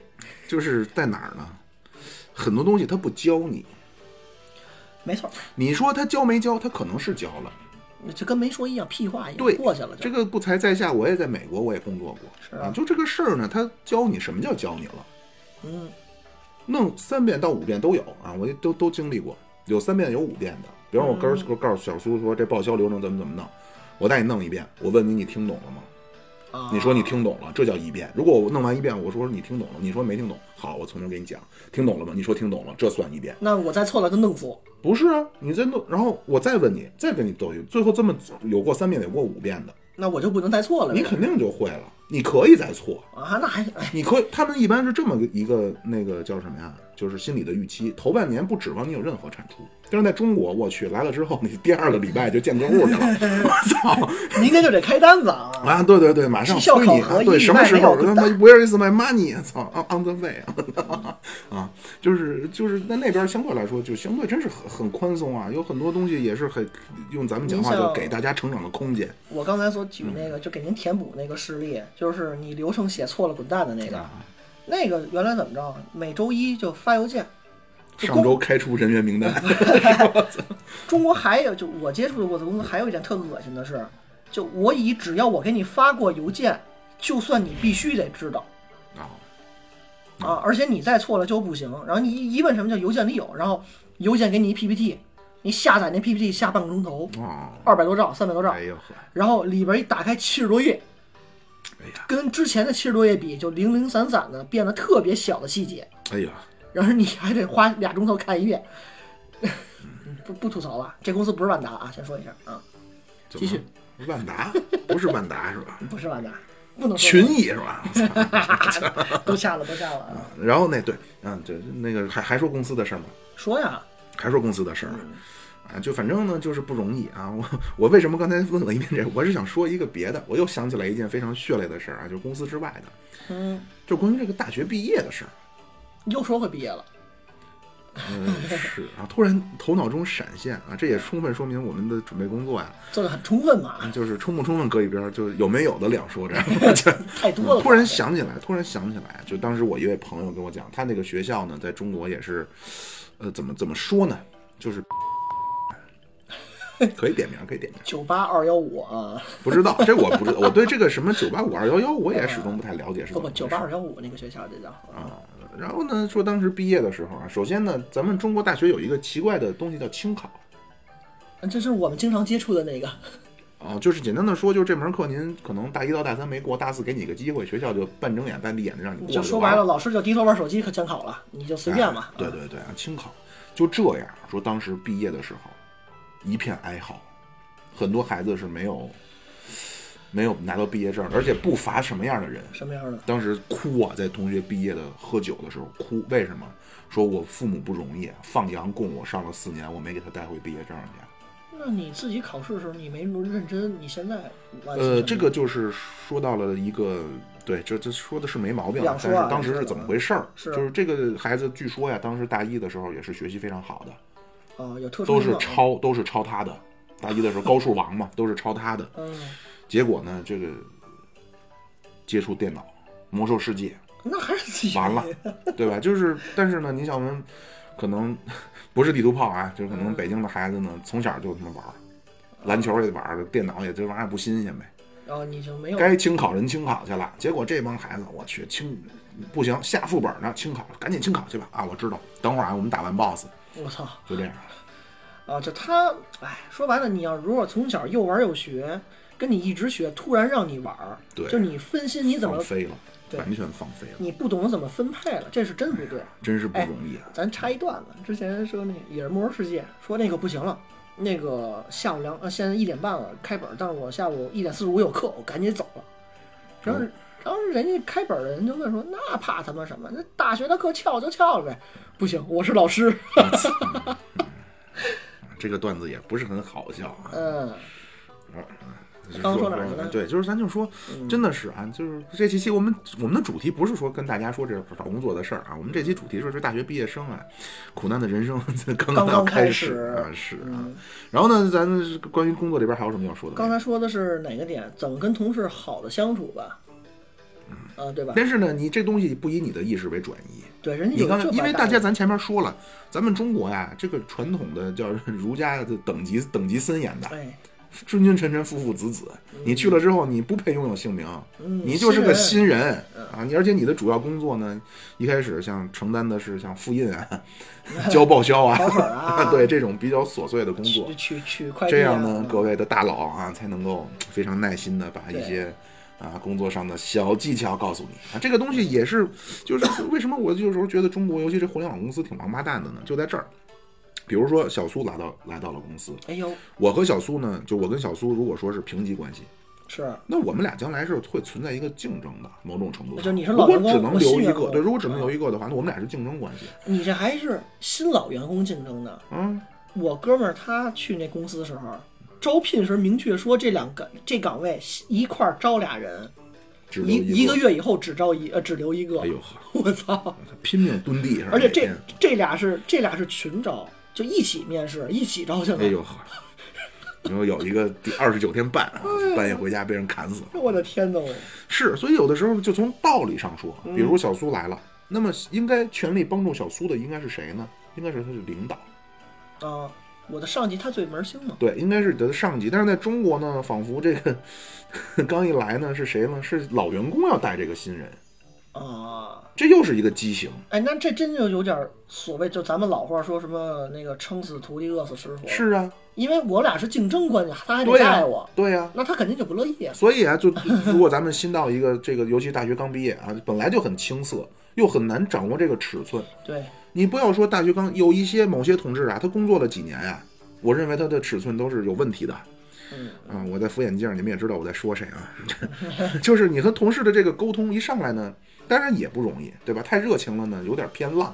A: 就是在哪儿呢？很多东西他不教你，
B: 没错，
A: 你说他教没教？他可能是教了，
B: 就跟没说一样，屁话一
A: 对
B: 样，过去了就。
A: 这个不才在下，我也在美国，我也工作过，
B: 是啊
A: 啊，就这个事儿呢，他教你什么叫教你了？
B: 嗯，
A: 弄三遍到五遍都有啊，我都都经历过，有三遍有五遍的。比方我跟
B: 嗯
A: 我告诉小苏说这报销流程怎么怎么弄，我带你弄一遍，我问你你听懂了吗？
B: 啊，
A: 你说你听懂了，这叫一遍。如果我弄完一遍，我说你听懂了，你说没听懂，好，我从头给你讲，听懂了吗？你说听懂了，这算一遍。
B: 那我再错了就弄死我。
A: 不是啊，你再弄，然后我再问你，再跟你斗一，最后这么有过三遍，有过五遍的，
B: 那我就不能再错了呗。
A: 你肯定就会了。你可以再错，
B: 啊，那还哎，
A: 你可以，他们一般是这么一个那个叫什么呀？就是心理的预期，头半年不指望你有任何产出，但是在中国，我去来了之后，你第二个礼拜就见客户去了，我操！
B: 明天就得开单子啊。
A: 啊，对对对，马上
B: 绩效
A: 催你
B: 考
A: 啊
B: 核！
A: 对，
B: 一
A: 什么
B: 卖
A: 时
B: 没
A: 候
B: 有
A: 他妈 Where is my money？操，on on the way 啊啊，就是就是那那边相对来说就相对真是很很宽松啊，有很多东西也是很用咱们讲话
B: 您
A: 就
B: 像
A: 给大家成长的空间
B: 我刚才所举那个，就给您填补那个事例，就是你流程写错了滚蛋的那个。那个原来怎么着啊？每周一就发邮件。就
A: 上
B: 公
A: 周开出人员名 单，啊
B: 中国还有就我接触过的公司还有一点特恶心的是，就我以只要我给你发过邮件，就算你必须得知道
A: 啊，
B: 啊，而且你再错了就不行。然后你一一问什么叫邮件里有，然后邮件给你一 PPT，你下载那 PPT 下半个钟头，
A: 哦，
B: 二百多兆、三百多兆
A: 哎，呦呵，
B: 然后里边一打开七十多页，
A: 哎呀，
B: 跟之前的七十多页比，就零零散散的变得特别小的细节，
A: 哎呀，
B: 然后你还得花俩钟头看一遍。 不不吐槽了，这公司不是万达啊，先说一下啊，
A: 怎
B: 继续
A: 么 万达不是万达是吧？
B: 不是万达，不能说
A: 群艺是吧？ 我操
B: 都下了，都下了。啊！
A: 然后那对，嗯，对，那个还还说公司的事儿吗？
B: 说呀，
A: 还说公司的事儿
B: 嗯
A: 呢，啊，就反正呢就是不容易啊。 我我为什么刚才问了一遍这个？我是想说一个别的，我又想起来一件非常血泪的事儿啊，就是公司之外的，
B: 嗯，
A: 就关于这个大学毕业的 事儿。
B: 又说会毕业了，
A: 嗯，是啊，突然头脑中闪现啊，这也充分说明我们的准备工作呀、
B: 做的很充分嘛，
A: 就是充不充分搁一边儿，就是有没有的两说，这样 就
B: 太多了。
A: 嗯突然，想起来，突然想起来，就当时我一位朋友跟我讲，他那个学校呢，在中国也是，呃，怎么怎么说呢，就是 可以点名，可以点名，
B: 九八二幺五啊，
A: 不知道这我不知道，我对这个什么九八五二幺幺，我也始终不太了解是怎么
B: 不
A: 回事。
B: 九八二幺五那个学校，这叫啊，
A: 啊，然后呢，说当时毕业的时候啊，首先呢，咱们中国大学有一个奇怪的东西叫清考。
B: 这是我们经常接触的那个，
A: 啊，就是简单的说，就是这门课您可能大一到大三没过，大四给你一个机会，学校就半睁眼半闭眼的让你过。
B: 就说白了，，老师就低头玩手机可监考了，你就随便嘛。
A: 对对对啊，清考就这样说。当时毕业的时候，一片哀嚎，很多孩子是没有没有拿到毕业证，而且不乏什么样的人，
B: 什么样的？
A: 当时哭啊，在同学毕业的喝酒的时候哭，为什么？说我父母不容易，啊放羊供我上了四年，我没给他带回毕业证去。啊
B: 那你自己考试的时候你没认真，你现在完全
A: 呃，这个就是说到了一个，对，这这说的是没毛病啊，
B: 两说
A: 但
B: 啊
A: 是当时
B: 这
A: 是
B: 个
A: 怎么回事儿？
B: 是
A: 就是这个孩子，据说呀，当时大一的时候也是学习非常好的，
B: 啊有特殊
A: 都是
B: 情况
A: 抄，都是抄他的。大一的时候高数王嘛，都是抄他的。
B: 嗯，
A: 结果呢，这个接触电脑，魔兽世界，
B: 那还是自己
A: 完 了，对吧？就是，但是呢，你想我们可能 不是地图炮啊，就是可
B: 嗯
A: 能北京的孩子呢，从小就他妈玩儿，篮球也玩儿，电脑也这玩意儿不新鲜呗。
B: 然后你就没有
A: 该清考人清考去了，结果这帮孩子，我去清不行，下副本呢，清考赶紧清考去吧啊！我知道，等会儿啊，我们打完 BOSS
B: 我操
A: 就这样。
B: 啊！就他，哎，说白了，你要如果从小又玩又学，跟你一直学，突然让你玩儿，
A: 对
B: 就你分心， 你怎
A: 放
B: 么
A: 飞了，
B: 对
A: 完全放飞了，
B: 你不懂得怎么分配了，这是真不对。
A: 真是不容易啊！
B: 咱插一段子，之前说那也是《魔兽世界》，说那个不行了，那个下午两呃现在一点半了开本，但是我下午一点四十五有课，我赶紧走了。然
A: 哦
B: 后然后人家开本的人就问说，那怕他妈什么？那大学的课翘就翘了呗。不行，我是老师。
A: 这个段子也不是很好笑啊。
B: 嗯，
A: 就是
B: 刚说哪儿去了嗯
A: 对，就是咱就说，真的是啊，就是这期期我们我们的主题不是说跟大家说这找工作的事儿啊，我们这期主题说是大学毕业生啊，苦难的人生 刚
B: 刚
A: 要
B: 刚开
A: 开
B: 始嗯
A: 啊，是啊。然后呢，咱关于工作这边还有什么要说的吗？
B: 刚才说的是哪个点？怎么跟同事好的相处吧？啊，对吧？
A: 但是呢，你这东西不以你的意识为转移。
B: 对，人家
A: 你
B: 有
A: 刚才
B: 哎这，
A: 因为
B: 把
A: 大
B: 大
A: 家咱前面说了，咱们中国呀，这个传统的叫 儒家的等级等级森严的，
B: 哎，
A: 君君臣臣父父子子，你去了之后，你不配拥有姓名，
B: 嗯
A: 你就是个
B: 新嗯
A: 新人啊！你而且你的主要工作呢，一开始像承担的是像复印啊、 交报销 啊
B: 跑腿儿啊，
A: 对这种比较琐碎的工作
B: 取，取取快递、啊，
A: 这样呢，各位的大佬啊，才能够非常耐心的把一
B: 对
A: 些啊工作上的小技巧告诉你啊。这个东西也是，就是 说为什么我有时候觉得中国，尤其是互联网公司挺王八蛋的呢，就在这儿。比如说小苏来到来到了公司，
B: 哎呦，
A: 我和小苏呢，就我跟小苏如果说是平级关系，
B: 是
A: 那我们俩将来是会存在一个竞争的，某种程度上。
B: 就你是老员工
A: 如果
B: 我
A: 只
B: 新
A: 能留一
B: 员
A: 个，
B: 工
A: 对，如果只能留一个的话，那我们俩是竞争关系。
B: 你这还是新老员工竞争的。
A: 嗯，
B: 我哥们儿他去那公司的时候，招聘时明确说这两个这岗位一块儿招俩人，
A: 只留
B: 一
A: 一
B: 个。月以后只招一呃只留一个。
A: 哎呦呵，
B: 我操！
A: 拼命蹲地是吧？
B: 而且
A: 每
B: 这
A: 天
B: 这俩是这俩是群招，就一起面试，一起招进来。
A: 哎呦呵，哎然后有一个第二十九天半啊，
B: 哎
A: 半夜回家被人砍死了。
B: 我的天呐，
A: 是，所以有的时候就从道理上说，啊比
B: 嗯
A: 如小苏来了，那么应该全力帮助小苏的应该是谁呢？应该是他的领导，
B: 我啊，我的上级他最门儿清嘛，
A: 对，应该是他的上级。但是在中国呢，仿佛这个刚一来呢，是谁呢？是老员工要带这个新人，
B: 啊，
A: 这又是一个畸形。
B: 哎，那这真就有点儿所谓，就咱们老话说什么那个撑死徒弟饿死师傅，
A: 是啊，
B: 因为我俩是竞争关系，他还得
A: 对呀、
B: 带我，
A: 对呀、
B: 那他肯定就不乐意啊。
A: 所以啊，就如果咱们新到一个这个，尤其大学刚毕业啊，本来就很青涩，又很难掌握这个尺寸。
B: 对，
A: 你不要说大学刚有一些某些同志啊，他工作了几年呀、我认为他的尺寸都是有问题的。
B: 嗯
A: 啊，我在扶眼镜儿，你们也知道我在说谁啊， 就是你和同事的这个沟通一上来呢，当然也不容易，对吧？太热情了呢，有点偏浪；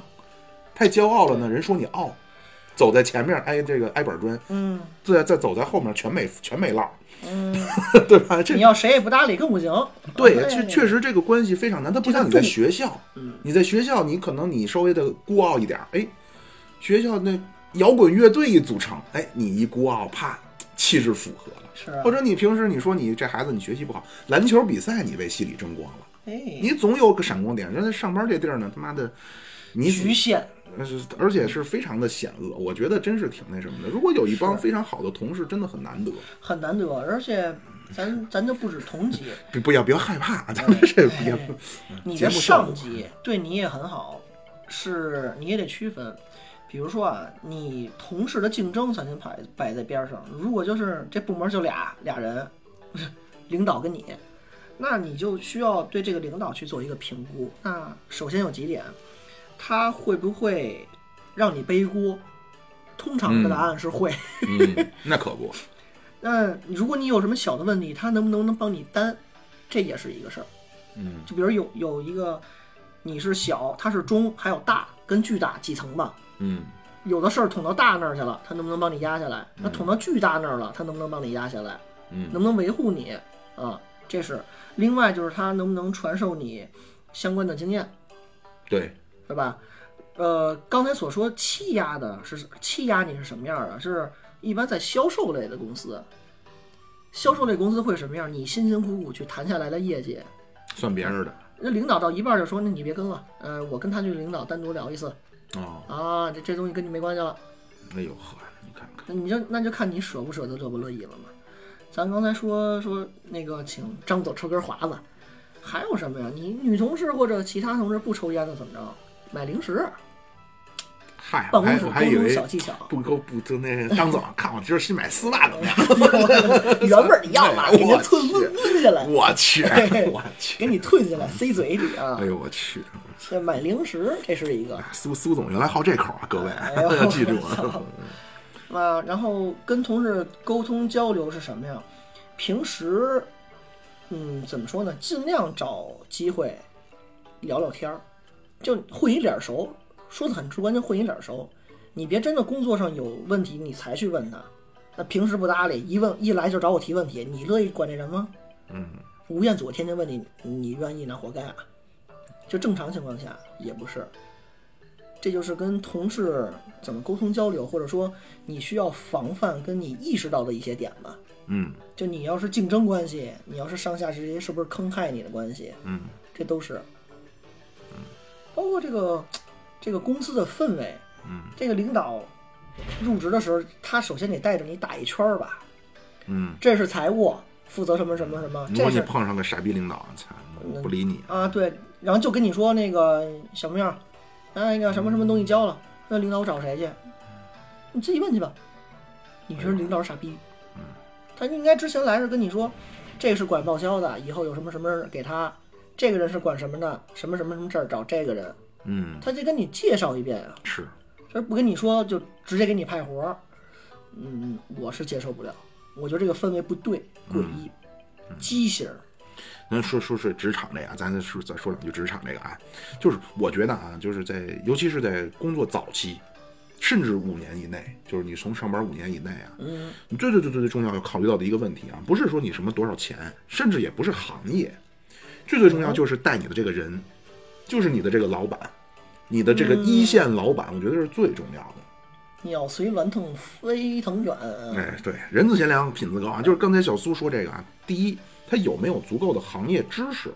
A: 太骄傲了呢，人说你傲。走在前面挨这个挨板砖，
B: 嗯
A: 再再走在后面全没全没浪，
B: 嗯，
A: 对吧？这
B: 你要谁也不搭理更不行。
A: 对，
B: 哎
A: 确确实这个关系非常难，它不像你在学校
B: 嗯，
A: 你在学校你可能你稍微的孤傲一点儿，哎，学校那摇滚乐队一组成，哎，你一孤傲，啪，气质符合了。
B: 是啊
A: 或，者你平时你说你这孩子你学习不好，篮球比赛你为系里争光了，
B: 哎，
A: 你总有个闪光点。人家上班这地儿呢，他妈的，你
B: 局限，
A: 呃而且是非常的险恶，我觉得真是挺那什么的。如果有一帮非常好的同事，真的很难得。
B: 很难得，而且咱咱就不止同级，
A: 不不要不要害怕， 咱们这别
B: 哎你
A: 节
B: 的
A: 目效
B: 上
A: 果
B: 级对你也很好，是你也得区分。比如说啊，你同事的竞争咱先摆摆在边儿上，如果就是这部门就俩俩人， 领导跟你，那你就需要对这个领导去做一个评估。那首先有几点，他会不会让你背锅？通常的答案是会。
A: 嗯，那可不，
B: 那如果你有什么小的问题，他能不能能帮你担，这也是一个事儿。
A: 嗯
B: 就比如有有一个你是小，他是中，还有大跟巨大几层吧。
A: 嗯。
B: 有的事儿捅到大那儿去了，他能不能帮你压下来？那捅到巨大那儿了，他能不能帮你压下来？
A: 嗯
B: 能不能维护你啊？这是另外就是他能不能传授你相关的经验，
A: 对，
B: 对吧？呃，刚才所说气压的是气压你是什么样的？是一般在销售类的公司，销售类公司会什么样？你辛辛苦苦去谈下来的业绩，
A: 算别人的
B: 那领导到一半儿就说：“那你别跟了，呃，我跟他去领导单独聊一次
A: 哦。
B: 啊，这这东西跟你没关系了。
A: 哎呦呵，你看看，
B: 那你就那就看你舍不舍得、乐不乐意了嘛。”咱刚才说说那个请张嘴抽根华子，还有什么呀？你女同事或者其他同事不抽烟的怎么着？买 零食，
A: 嗨，我
B: 办公
A: 还
B: 室
A: 我还
B: 沟
A: 以
B: 通
A: 为
B: 小技巧，
A: 不够不就那张总，看我今儿新买丝袜怎么 样？
B: 原味儿你要吧，
A: 哎我
B: 给人吞
A: 去
B: 吞吞下来，
A: 我去， 我
B: 给
A: 去，
B: 你吞下来，塞嘴里啊
A: 哎。呦我去，
B: 这买零食这是一个，
A: 苏苏总原来好这口啊，各位
B: 哎呦
A: 要 记住
B: 我
A: 啊
B: 操。啊，然后跟同事沟通交流是什么呀？平时，嗯，怎么说呢？尽量找机会聊聊天儿，就混一脸熟。说的很直观，就混一脸熟。你别真的工作上有问题你才去问他，那平时不搭理，一问一来就找我提问题，你乐意管这人吗？嗯，吴彦祖天天问你，你愿意那活该啊。就正常情况下也不是，这就是跟同事怎么沟通交流，或者说你需要防范跟你意识到的一些点吧。
A: 嗯
B: 就你要是竞争关系，你要是上下之间是不是坑害你的关系，
A: 嗯，
B: 这都是。包括这个这个公司的氛围，
A: 嗯，
B: 这个领导入职的时候，他首先得带着你打一圈儿吧，
A: 嗯，
B: 这是财务，负责什么什么什么，
A: 如
B: 这
A: 果你
B: 是
A: 碰上个傻逼领导，操，我不理你。
B: 啊，对，然后就跟你说那个小妹儿，啊，那个什么什么东西交了，那领导找谁去？你自己问去吧。你说领导是傻逼，他应该之前来是跟你说，这是管报销的，以后有什么什么人给他，这个人是管什么的，什么什么什么事儿找这个人，
A: 嗯，
B: 他就跟你介绍一遍啊，
A: 是，
B: 他不跟你说就直接给你派活儿，嗯，我是接受不了，我觉得这个氛围不对，诡异，畸形儿，
A: 那说说是职场这个啊，咱再说再说两句职场这个啊，就是我觉得啊，就是在尤其是在工作早期，甚至五年以内，就是你从上班五年以内啊，
B: 嗯，
A: 你最最最最最重要要考虑到的一个问题啊，不是说你什么多少钱，甚至也不是行业，最最重要就是带你的这个人，就是你的这个老板，你的这个一线老板，我觉得是最重要的。
B: 鸟随鸾腾飞腾啊远。
A: 哎，对，人自贤良，品自高啊，就是刚才小苏说这个啊，第一，他有没有足够的行业知识；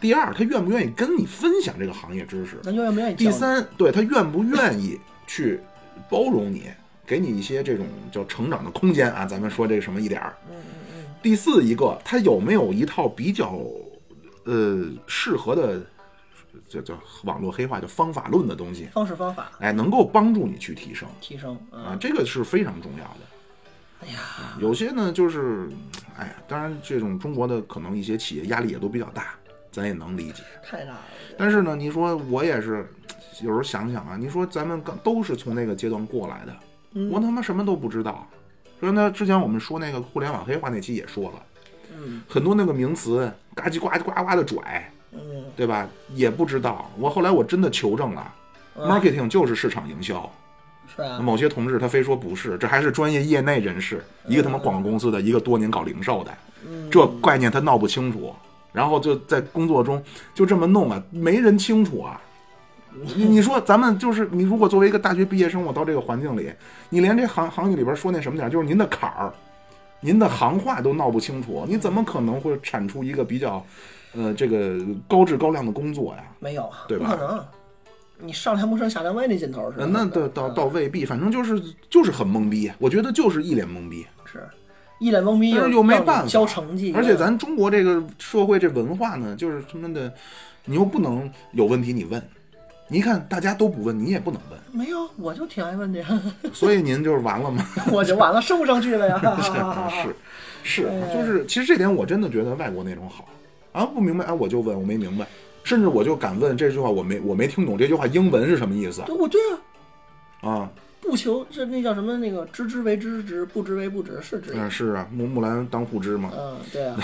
A: 第二，他愿不愿意跟你分享这个行业知识；
B: 那就愿不愿意教
A: 第
B: 你？
A: 三，对他愿不愿意去包容你，给你一些这种叫成长的空间啊？咱们说这什么一点儿。
B: 嗯
A: 第四一个，他有没有一套比较呃适合的，这叫网络黑话叫方法论的东西，
B: 方式方法
A: 哎，能够帮助你去提升
B: 提升啊
A: 啊，，这个是非常重要的。
B: 哎呀，
A: 有些呢，就是，哎呀，当然，这种中国的可能一些企业压力也都比较大，咱也能理解。
B: 太大了。
A: 但是呢，你说我也是，有时候想想啊，你说咱们刚都是从那个阶段过来的，我他妈什么都不知道。就那之前我们说那个互联网黑化那期也说了，
B: 嗯
A: 很多那个名词嘎叽呱叽呱呱的拽，
B: 嗯，
A: 对吧？也不知道。我后来我真的求证了
B: 啊
A: ，marketing 就是市场营销。
B: 是啊，
A: 某些同志他非说不是，这还是专业业内人士，一个他妈广告公司的，一个多年搞零售的，这概念他闹不清楚，然后就在工作中就这么弄啊，没人清楚啊。你你说咱们就是你，如果作为一个大学毕业生，我到这个环境里，你连这行行业里边说那什么点儿，就是您的坎儿，您的行话都闹不清楚，你怎么可能会产出一个比较，呃，这个高质高量的工作呀？
B: 没有，
A: 对吧
B: 不可能，你上梁不正下梁歪那劲头是吧
A: 呃，那倒倒倒未必，反正就是就是很懵逼，我觉得就是一脸懵逼。
B: 是一脸懵逼，
A: 但是
B: 又
A: 又没
B: 让你
A: 办法
B: 交成绩，
A: 而且咱中国这个社会这文化呢，就是他妈的，你又不能有问题你问，你一看大家都不问，你也不能问，
B: 没有，我就挺爱问这，
A: 所以您就是完了吗？
B: 我就完了，升不上去了呀。哈哈哈
A: 啊，
B: 哈
A: 是是，就是其实这点我真的觉得外国那种好啊，不明白啊我就问，我没明白，甚至我就敢问这句话，我没我没听懂这句话英文是什么意思
B: 对，我对啊，
A: 啊？
B: 不求这那叫什么那个知之为知之，不知为不知是知。
A: 嗯，是啊，木木兰当户织嘛，
B: 嗯，对啊，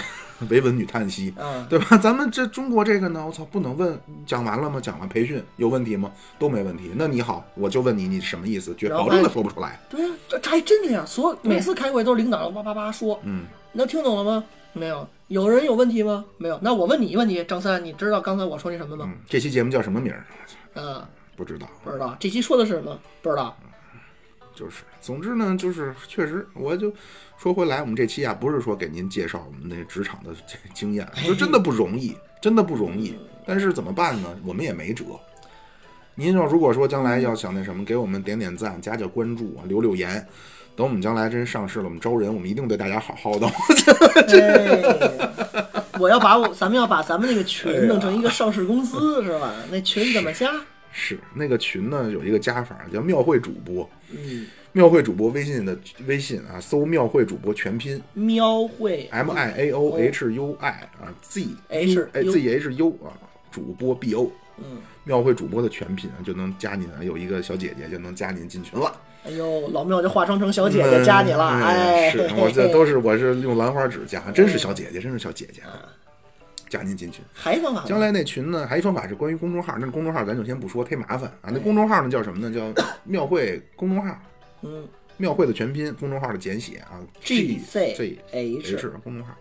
A: 维文女叹息。
B: 嗯，
A: 对吧？ 咱们这中国这个呢，我操，不能问讲完了吗？讲完培训有问题吗？都没问题。那你好，我就问你，你什么意思？绝
B: 然后
A: 保证
B: 还
A: 的说不出来。
B: 对啊，这这还真这样，所有每次开会都是领导叭叭叭说，
A: 嗯，
B: 能听懂了吗？没有，有人有问题吗？没有，那我问你一个问题，张三，你知道刚才我说那什么吗？
A: 嗯，这期节目叫什么名儿？我操
B: 嗯，
A: 不知道。
B: 不知道，这期说的是什么？不 知道。
A: 就是，总之呢，就是确实，我就说回来，我们这期啊，不是说给您介绍我们那职场的这经验，啊
B: 哎
A: 就真的不容易，真的不容
B: 嗯
A: 易。但是怎么办呢？我们也没辙。您要如果说将来要想那什么，给我们点点赞，加加关注啊，留留言。等我们将来真上市了，我们招人，我们一定对大家好好的。
B: 哎，我要把我咱们要把咱们那个
A: 哎
B: 群弄成一个上市公司、是吧？那群怎么加？
A: 是那个群呢，有一个加法叫庙会主播，
B: 嗯，
A: 庙会主播微信的微信啊，搜庙会主播全拼
B: 喵会
A: M I A O H U I 啊 Z
B: H
A: U- 哎
B: U
A: Z H U 啊，主播 B O，
B: 嗯，
A: 庙会主播的全拼啊，就能加您啊，有一个小姐姐就能加您进群了。
B: 哎呦，老庙就化妆成小姐姐加你了，
A: 嗯
B: 哎，
A: 是我这都是我是用兰花指加，真是小姐姐，真是小姐姐，
B: 啊
A: 加您进群。
B: 还方法
A: 将来那群呢，还有一方法是关于公众号，那公众号咱就先不说，忒麻烦啊。那公众号呢叫什么呢？叫 庙会公众号，
B: 嗯，
A: 庙会的全拼，公众号的简写啊
B: G
A: Z
B: C H，
A: H 公众号。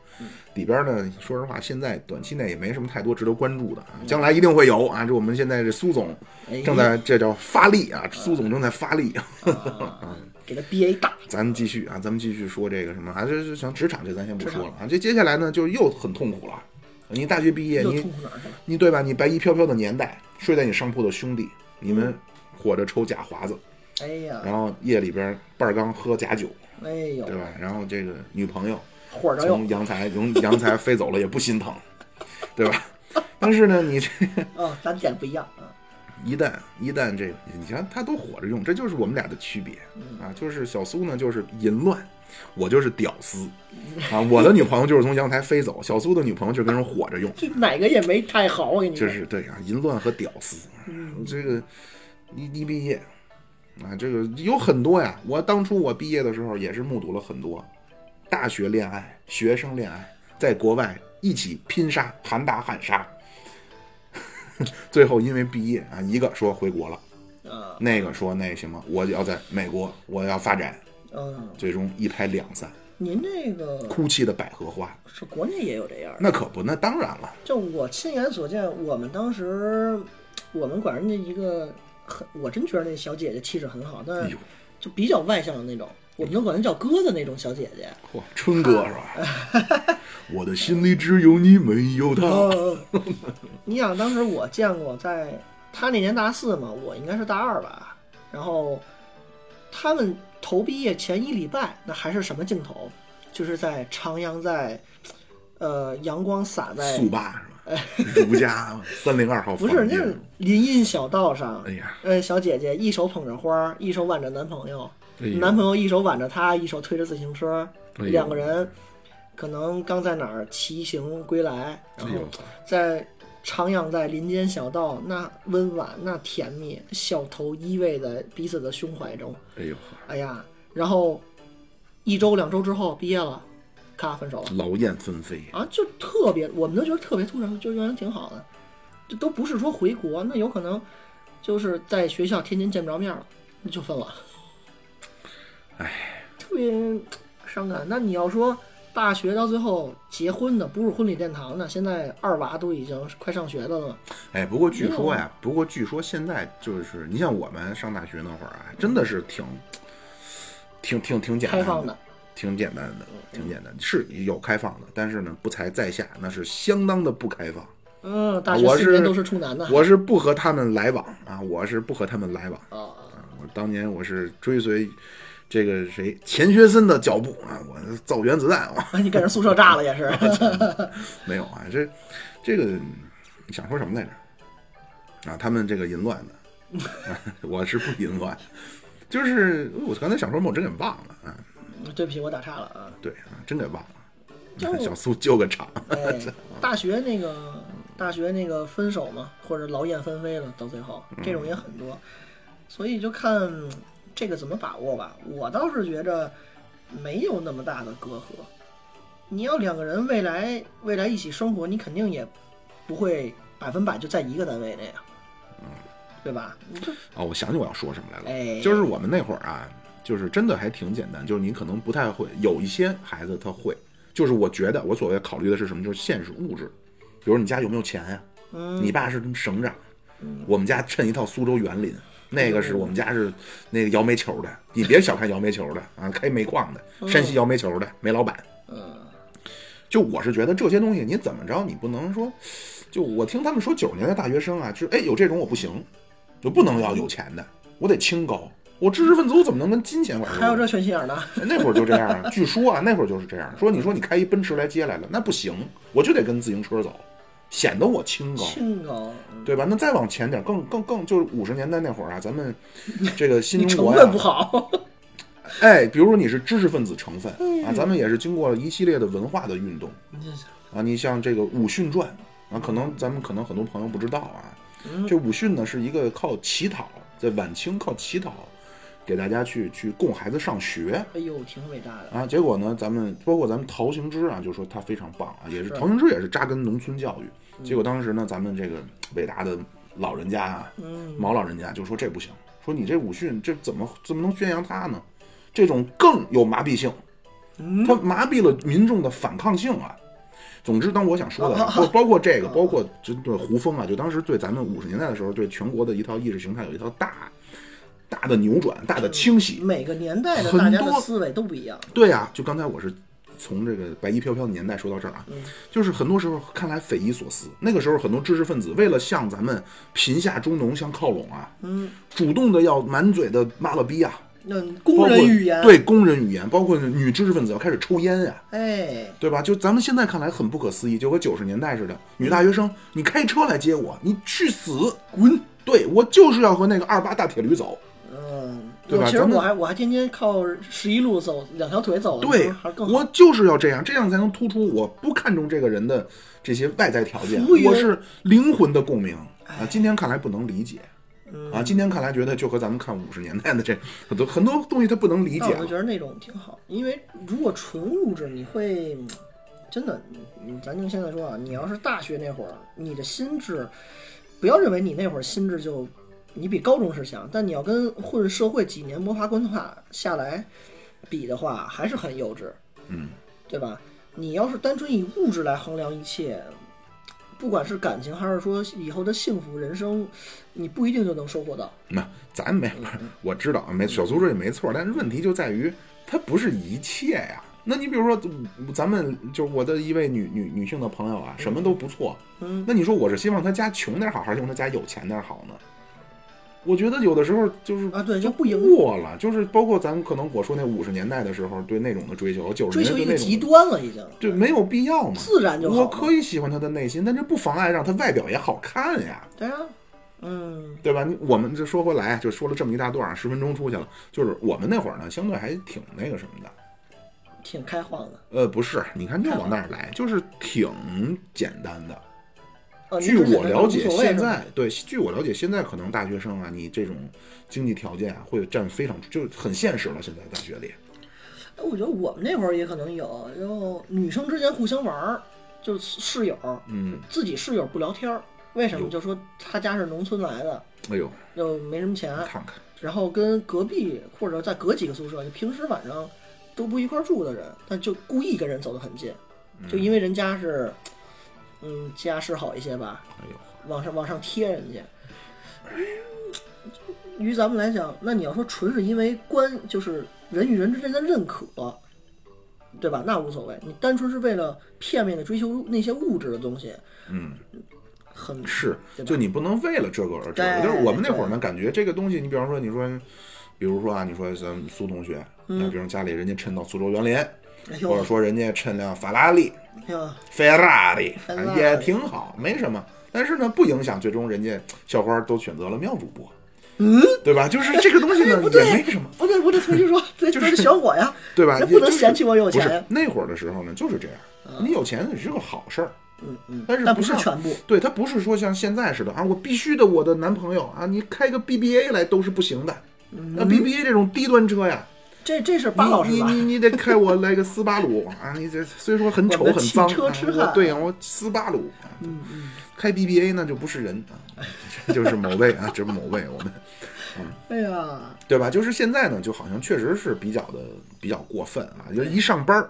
A: 里边呢，说实话，现在短期内也没什么太多值得关注的啊，将来一定会有啊。这我们现在这苏总
B: 哎
A: 正在这叫发力啊，苏总正在发力。
B: 啊给他憋一大，
A: 咱们继续啊，咱们继续说这个什么啊，这这像职场这咱先不说了啊，这接下来呢就又很痛苦了。你大学毕业，
B: 又
A: 你
B: 痛苦哪儿去了？
A: 你对吧？你白衣飘飘的年代，睡在你上铺的兄弟，你们火着抽假华子，
B: 哎呀，
A: 然后夜里边半缸喝假酒，
B: 哎呦
A: 对，吧？然后这个女朋友
B: 火着
A: 从
B: 用
A: 阳台从阳台飞走了也不心疼，对吧？ 但是呢，你这
B: 啊，咱点不一样啊，
A: 一旦一旦这个，你瞧他都火着用，这就是我们俩的区别啊！就是小苏呢，就是淫乱，我就是屌丝啊！我的女朋友就是从阳台飞走，小苏的女朋友就跟人火着用。
B: 这哪个也没太好，我跟你说
A: 就，是对啊，淫乱和屌丝，嗯这个一一毕业啊，这个有很多呀。我当初我毕业的时候也是目睹了很多大学恋爱、学生恋爱，在国外一起拼杀、喊打喊杀， 最后因为毕业啊，一个说回国了，
B: 啊，
A: 那个说那行吗？我要在美国，我要发展，
B: 嗯，
A: 最终一拍两散，
B: 您这个
A: 哭泣的百合花。
B: 是国内也有这样的。
A: 那可不，那当然了，
B: 就我亲眼所见，我们当时我们管人家一个很，我真觉得那小姐姐气质很好，但
A: 哎
B: 是
A: 呦，
B: 就就比较外向的那种，我们都管她叫哥的那种小姐姐。
A: 嚯，春哥是吧？ 我的心里只有你，没有他。
B: 呃， 你想当时我见过在，他那年大四嘛，我应该是大二吧。然后他们投毕业前一礼拜，那还是什么镜头？就是在徜徉在，呃，阳光洒在
A: 速霸是吧？如 家三零二号
B: 不
A: 房
B: 是
A: 间
B: 那是林荫小道上
A: 哎，呀，
B: 呃，小姐姐一手捧着花儿，一手挽着男朋友，
A: 哎呦
B: 男朋友一手挽着她，一手推着自行车，
A: 哎呦
B: 两个人可能刚在哪儿骑行归来，然
A: 哎
B: 后
A: 呦，
B: 在徜徉在林间小道，那温婉，那甜蜜，小头依偎在彼此的胸怀中。
A: 哎呦，
B: 哎呀，然后一周两周之后毕业了，咔分手了
A: 劳燕分飞。
B: 啊，就特别，我们都觉得特别突然，就原来挺好的，这都不是说回国，那有可能就是在学校天天见不着面了，那就分了。哎，特别伤感。那你要说大学到最后结婚的，不是婚礼殿堂的，现在二娃都已经快上学的了嘛。
A: 哎，不过据说
B: 哦
A: 呀，不过据说现在就是你像我们上大学那会儿啊，真的是挺挺挺挺简
B: 开放
A: 单
B: 的，嗯
A: 挺简单的，挺简单的，是有开放的，但是呢，不才在下那是相当的不开放。啊
B: 嗯，大
A: 我
B: 学四年
A: 是
B: 都是处男的
A: 我是不和他们来往啊，我是不和他们来往。
B: 啊，
A: 我当年我是追随这个谁钱学森的脚步啊，我造原子弹啊，
B: 啊你给人宿舍炸了也 是，
A: 没有啊，这这个你想说什么来着？啊，他们这个淫乱的， 啊、我是不淫乱，就是我刚才想说什么，我真给忘了啊，
B: 对不起，我打岔了啊。
A: 对啊，真给忘了。你
B: 就
A: 看小苏救个场，
B: 哎，大学那个大学那个分手嘛，或者劳燕分飞了，到最后这种也很多，所以就看嗯这个怎么把握吧。我倒是觉着没有那么大的隔阂，你要两个人未来未来一起生活，你肯定也不会百分百就在一个单位内啊，对吧？你这
A: 哦，我想起我要说什么来了，
B: 哎，
A: 就是我们那会儿啊，就是真的还挺简单，就是你可能不太会，有一些孩子他会，就是我觉得我所谓考虑的是什么，就是现实物质，比如你家有没有钱呀、
B: 嗯
A: 你爸是省长，我们家趁一套苏州园林，
B: 嗯
A: 那个是我们家是那个摇煤球的，你别小看摇煤球的啊，开煤矿的，山西摇煤球的煤老板，
B: 嗯。
A: 就我是觉得这些东西你怎么着，你不能说，就我听他们说九十年代大学生啊，就是哎有这种我不行，我不能要有钱的，我得清高，我知识分子我怎么能跟金钱挂钩？
B: 还有这缺心眼儿呢，
A: 那会儿就这样啊，据说啊那会儿就是这样，说你说你开一奔驰来接来了，那不行，我就得跟自行车走，显得我清高。
B: 清高，
A: 对吧？那再往前点，更更更就是五十年代那会儿啊，咱 们这个
B: 你
A: 新中
B: 成
A: 国呀、
B: 分不好，
A: 哎，比如说你是知识分子成分
B: 嗯
A: 啊，咱们也是经过了一系列的文化的运动
B: 你这是
A: 啊。你像这个《武训传》啊，可能咱们可能很多朋友不知道啊，这武训呢是一个靠乞讨，在晚清靠乞讨给大家去去供孩子上学
B: 哎呦，挺伟大的，
A: 啊。结果呢，咱们包括咱们陶行知啊，就说他非常棒啊，也是陶行知也是扎根农村教育。结果当时呢，咱们这个伟大的老人家啊，毛老人家就说这不行，说你这武训这怎么怎么能宣扬他呢？这种更有麻痹性，他麻痹了民众的反抗性啊。总之，当我想说的，包包括这个，包括针对胡风啊，就当时对咱们五十年代的时候，对全国的一套意识形态有一套大大的扭转、大的清洗。
B: 每个年代的
A: 嗯很
B: 大家的
A: 多
B: 思维都不一样。
A: 对啊，就刚才我是从这个白衣飘飘的年代说到这儿啊，
B: 嗯
A: 就是很多时候看来匪夷所思。那个时候很多知识分子为了向咱们贫下中农相靠拢啊，嗯，主动的要满嘴的骂了逼啊，
B: 那
A: 包
B: 工
A: 括
B: 人语言，，
A: 对工人语言，包括女知识分子要开始抽烟呀、
B: 哎，
A: 对吧？就咱们现在看来很不可思议，就和九十年代似的，女大学
B: 嗯
A: 生，你开车来接我，你去死，滚！对我就是要和那个二八大铁驴走。
B: 嗯，
A: 对吧
B: 我其实
A: 咱们
B: 我还我还天天靠十一路走，两条腿走，
A: 对
B: 还是，更好。
A: 我就是要这样，这样才能突出我不看重这个人的这些外在条件
B: 服务，于哎
A: 我是灵魂的共鸣啊。今天看来不能理解。
B: 嗯
A: 啊，今天看来觉得就和咱们看五十年代的这很多很多东西他不能理
B: 但
A: 解
B: 我
A: 啊
B: 就觉得那种挺好，因为如果纯物质，你会嗯真的，嗯咱就现在说啊，你要是大学那会儿，你的心智，不要认为你那会儿心智就你比高中是强，但你要跟混社会几年摸爬滚打下来比的话，还是很幼稚，嗯，对吧？你要是单纯以物质来衡量一切，不管是感情还是说以后的幸福人生，你不一定就能收获到。
A: 那咱没，不
B: 嗯
A: 是我知道，啊没小苏说也没错，但是问题就在于它不是一切呀、那你比如说，嗯咱们就是我的一位女女女性的朋友啊，什么都不错。
B: 嗯，
A: 那你说我是希望她家穷点好，还是希望她家有钱点好呢？我觉得有的时候就是
B: 啊对
A: 就
B: 就不赢
A: 过了，就是包括咱们可能我说那五十年代的时候对那种的追求，九十
B: 追
A: 年代对
B: 求一
A: 那
B: 个
A: 种
B: 极
A: 的
B: 端了，已经
A: 对，没有必要嘛。
B: 自然就好了。
A: 我可以喜欢他的内心，但这不妨碍让他外表也好看呀，
B: 对啊，嗯
A: 对吧？你我们这说回来，啊就说了这么一大段，十分钟出去了。就是我们那会儿呢，相对还挺那个什么的。，
B: 挺开放的。
A: 呃，不是，你看又往那儿来，就是挺简单的。
B: 呃，
A: 据我了解，现
B: 在
A: 在对，据我了解，现在可能大学生啊，你这种经济条件啊，会占非常就很现实了。现在大学里，
B: 哎我觉得我们那会儿也可能有，然后女生之间互相玩儿，就是室友，
A: 嗯，
B: 自己室友不聊天儿，为什么？
A: 有
B: 就说他家是农村来的，
A: 哎呦，
B: 就没什么钱，
A: 看看，
B: 然后跟隔壁或者再隔几个宿舍，就平时晚上都不一块儿住的人，但就故意跟人走得很近，
A: 嗯
B: 就因为人家是，嗯，家世好一些吧，
A: 哎呦，
B: 往上往上贴人家。于咱们来讲，那你要说纯是因为关，就是人与人之间的认可，对吧？那无所谓。你单纯是为了片面的追求那些物质的东西，
A: 嗯，
B: 很
A: 是，
B: 对吧
A: 就你不能为了这个而这个。
B: 对
A: 就是我们那会儿呢，感觉这个东西，你比方说，你说，比如说啊，你说咱们苏同学，
B: 嗯
A: 那比如家里人家趁到苏州园林，
B: 哎
A: 或者
B: 呦
A: 说人家趁辆法拉利、
B: 哎呦，
A: 菲拉利
B: 法拉利
A: 也挺好，没什么。但是呢，不影响最终人家校花都选择了妙主播，
B: 嗯，
A: 对吧？就是这个东西呢
B: 哎不
A: 也
B: 对
A: 没什么，
B: 不对不对，同学说，这
A: 就
B: 这
A: 是
B: 是选我呀，
A: 对吧？也
B: 那不能
A: 就是
B: 嫌弃我有
A: 不
B: 钱
A: 是那会儿的时候呢，就是这样，你有钱也是个好事儿。
B: 嗯嗯，
A: 但是
B: 但
A: 不
B: 不是
A: 像
B: 全部，
A: 对他不是说像现在似的啊，我必须得我的男朋友啊，你开个 BBA 来都是不行的。
B: 嗯
A: 那 BBA 这种低端车呀，
B: 这这是
A: 你
B: 巴老师
A: 你
B: 吧？
A: 你你得开我来个斯巴鲁啊！ 你这虽说很丑
B: 我们
A: 很脏，
B: 汽车
A: 啊
B: 痴
A: 我
B: 汉
A: 对呀、我斯巴鲁，嗯嗯，开 BBA 那就不是人啊，这就是某位啊，这是某位我们
B: 哎呀，
A: 对吧？就是现在呢，就好像确实是比较的比较过分啊，就一上班儿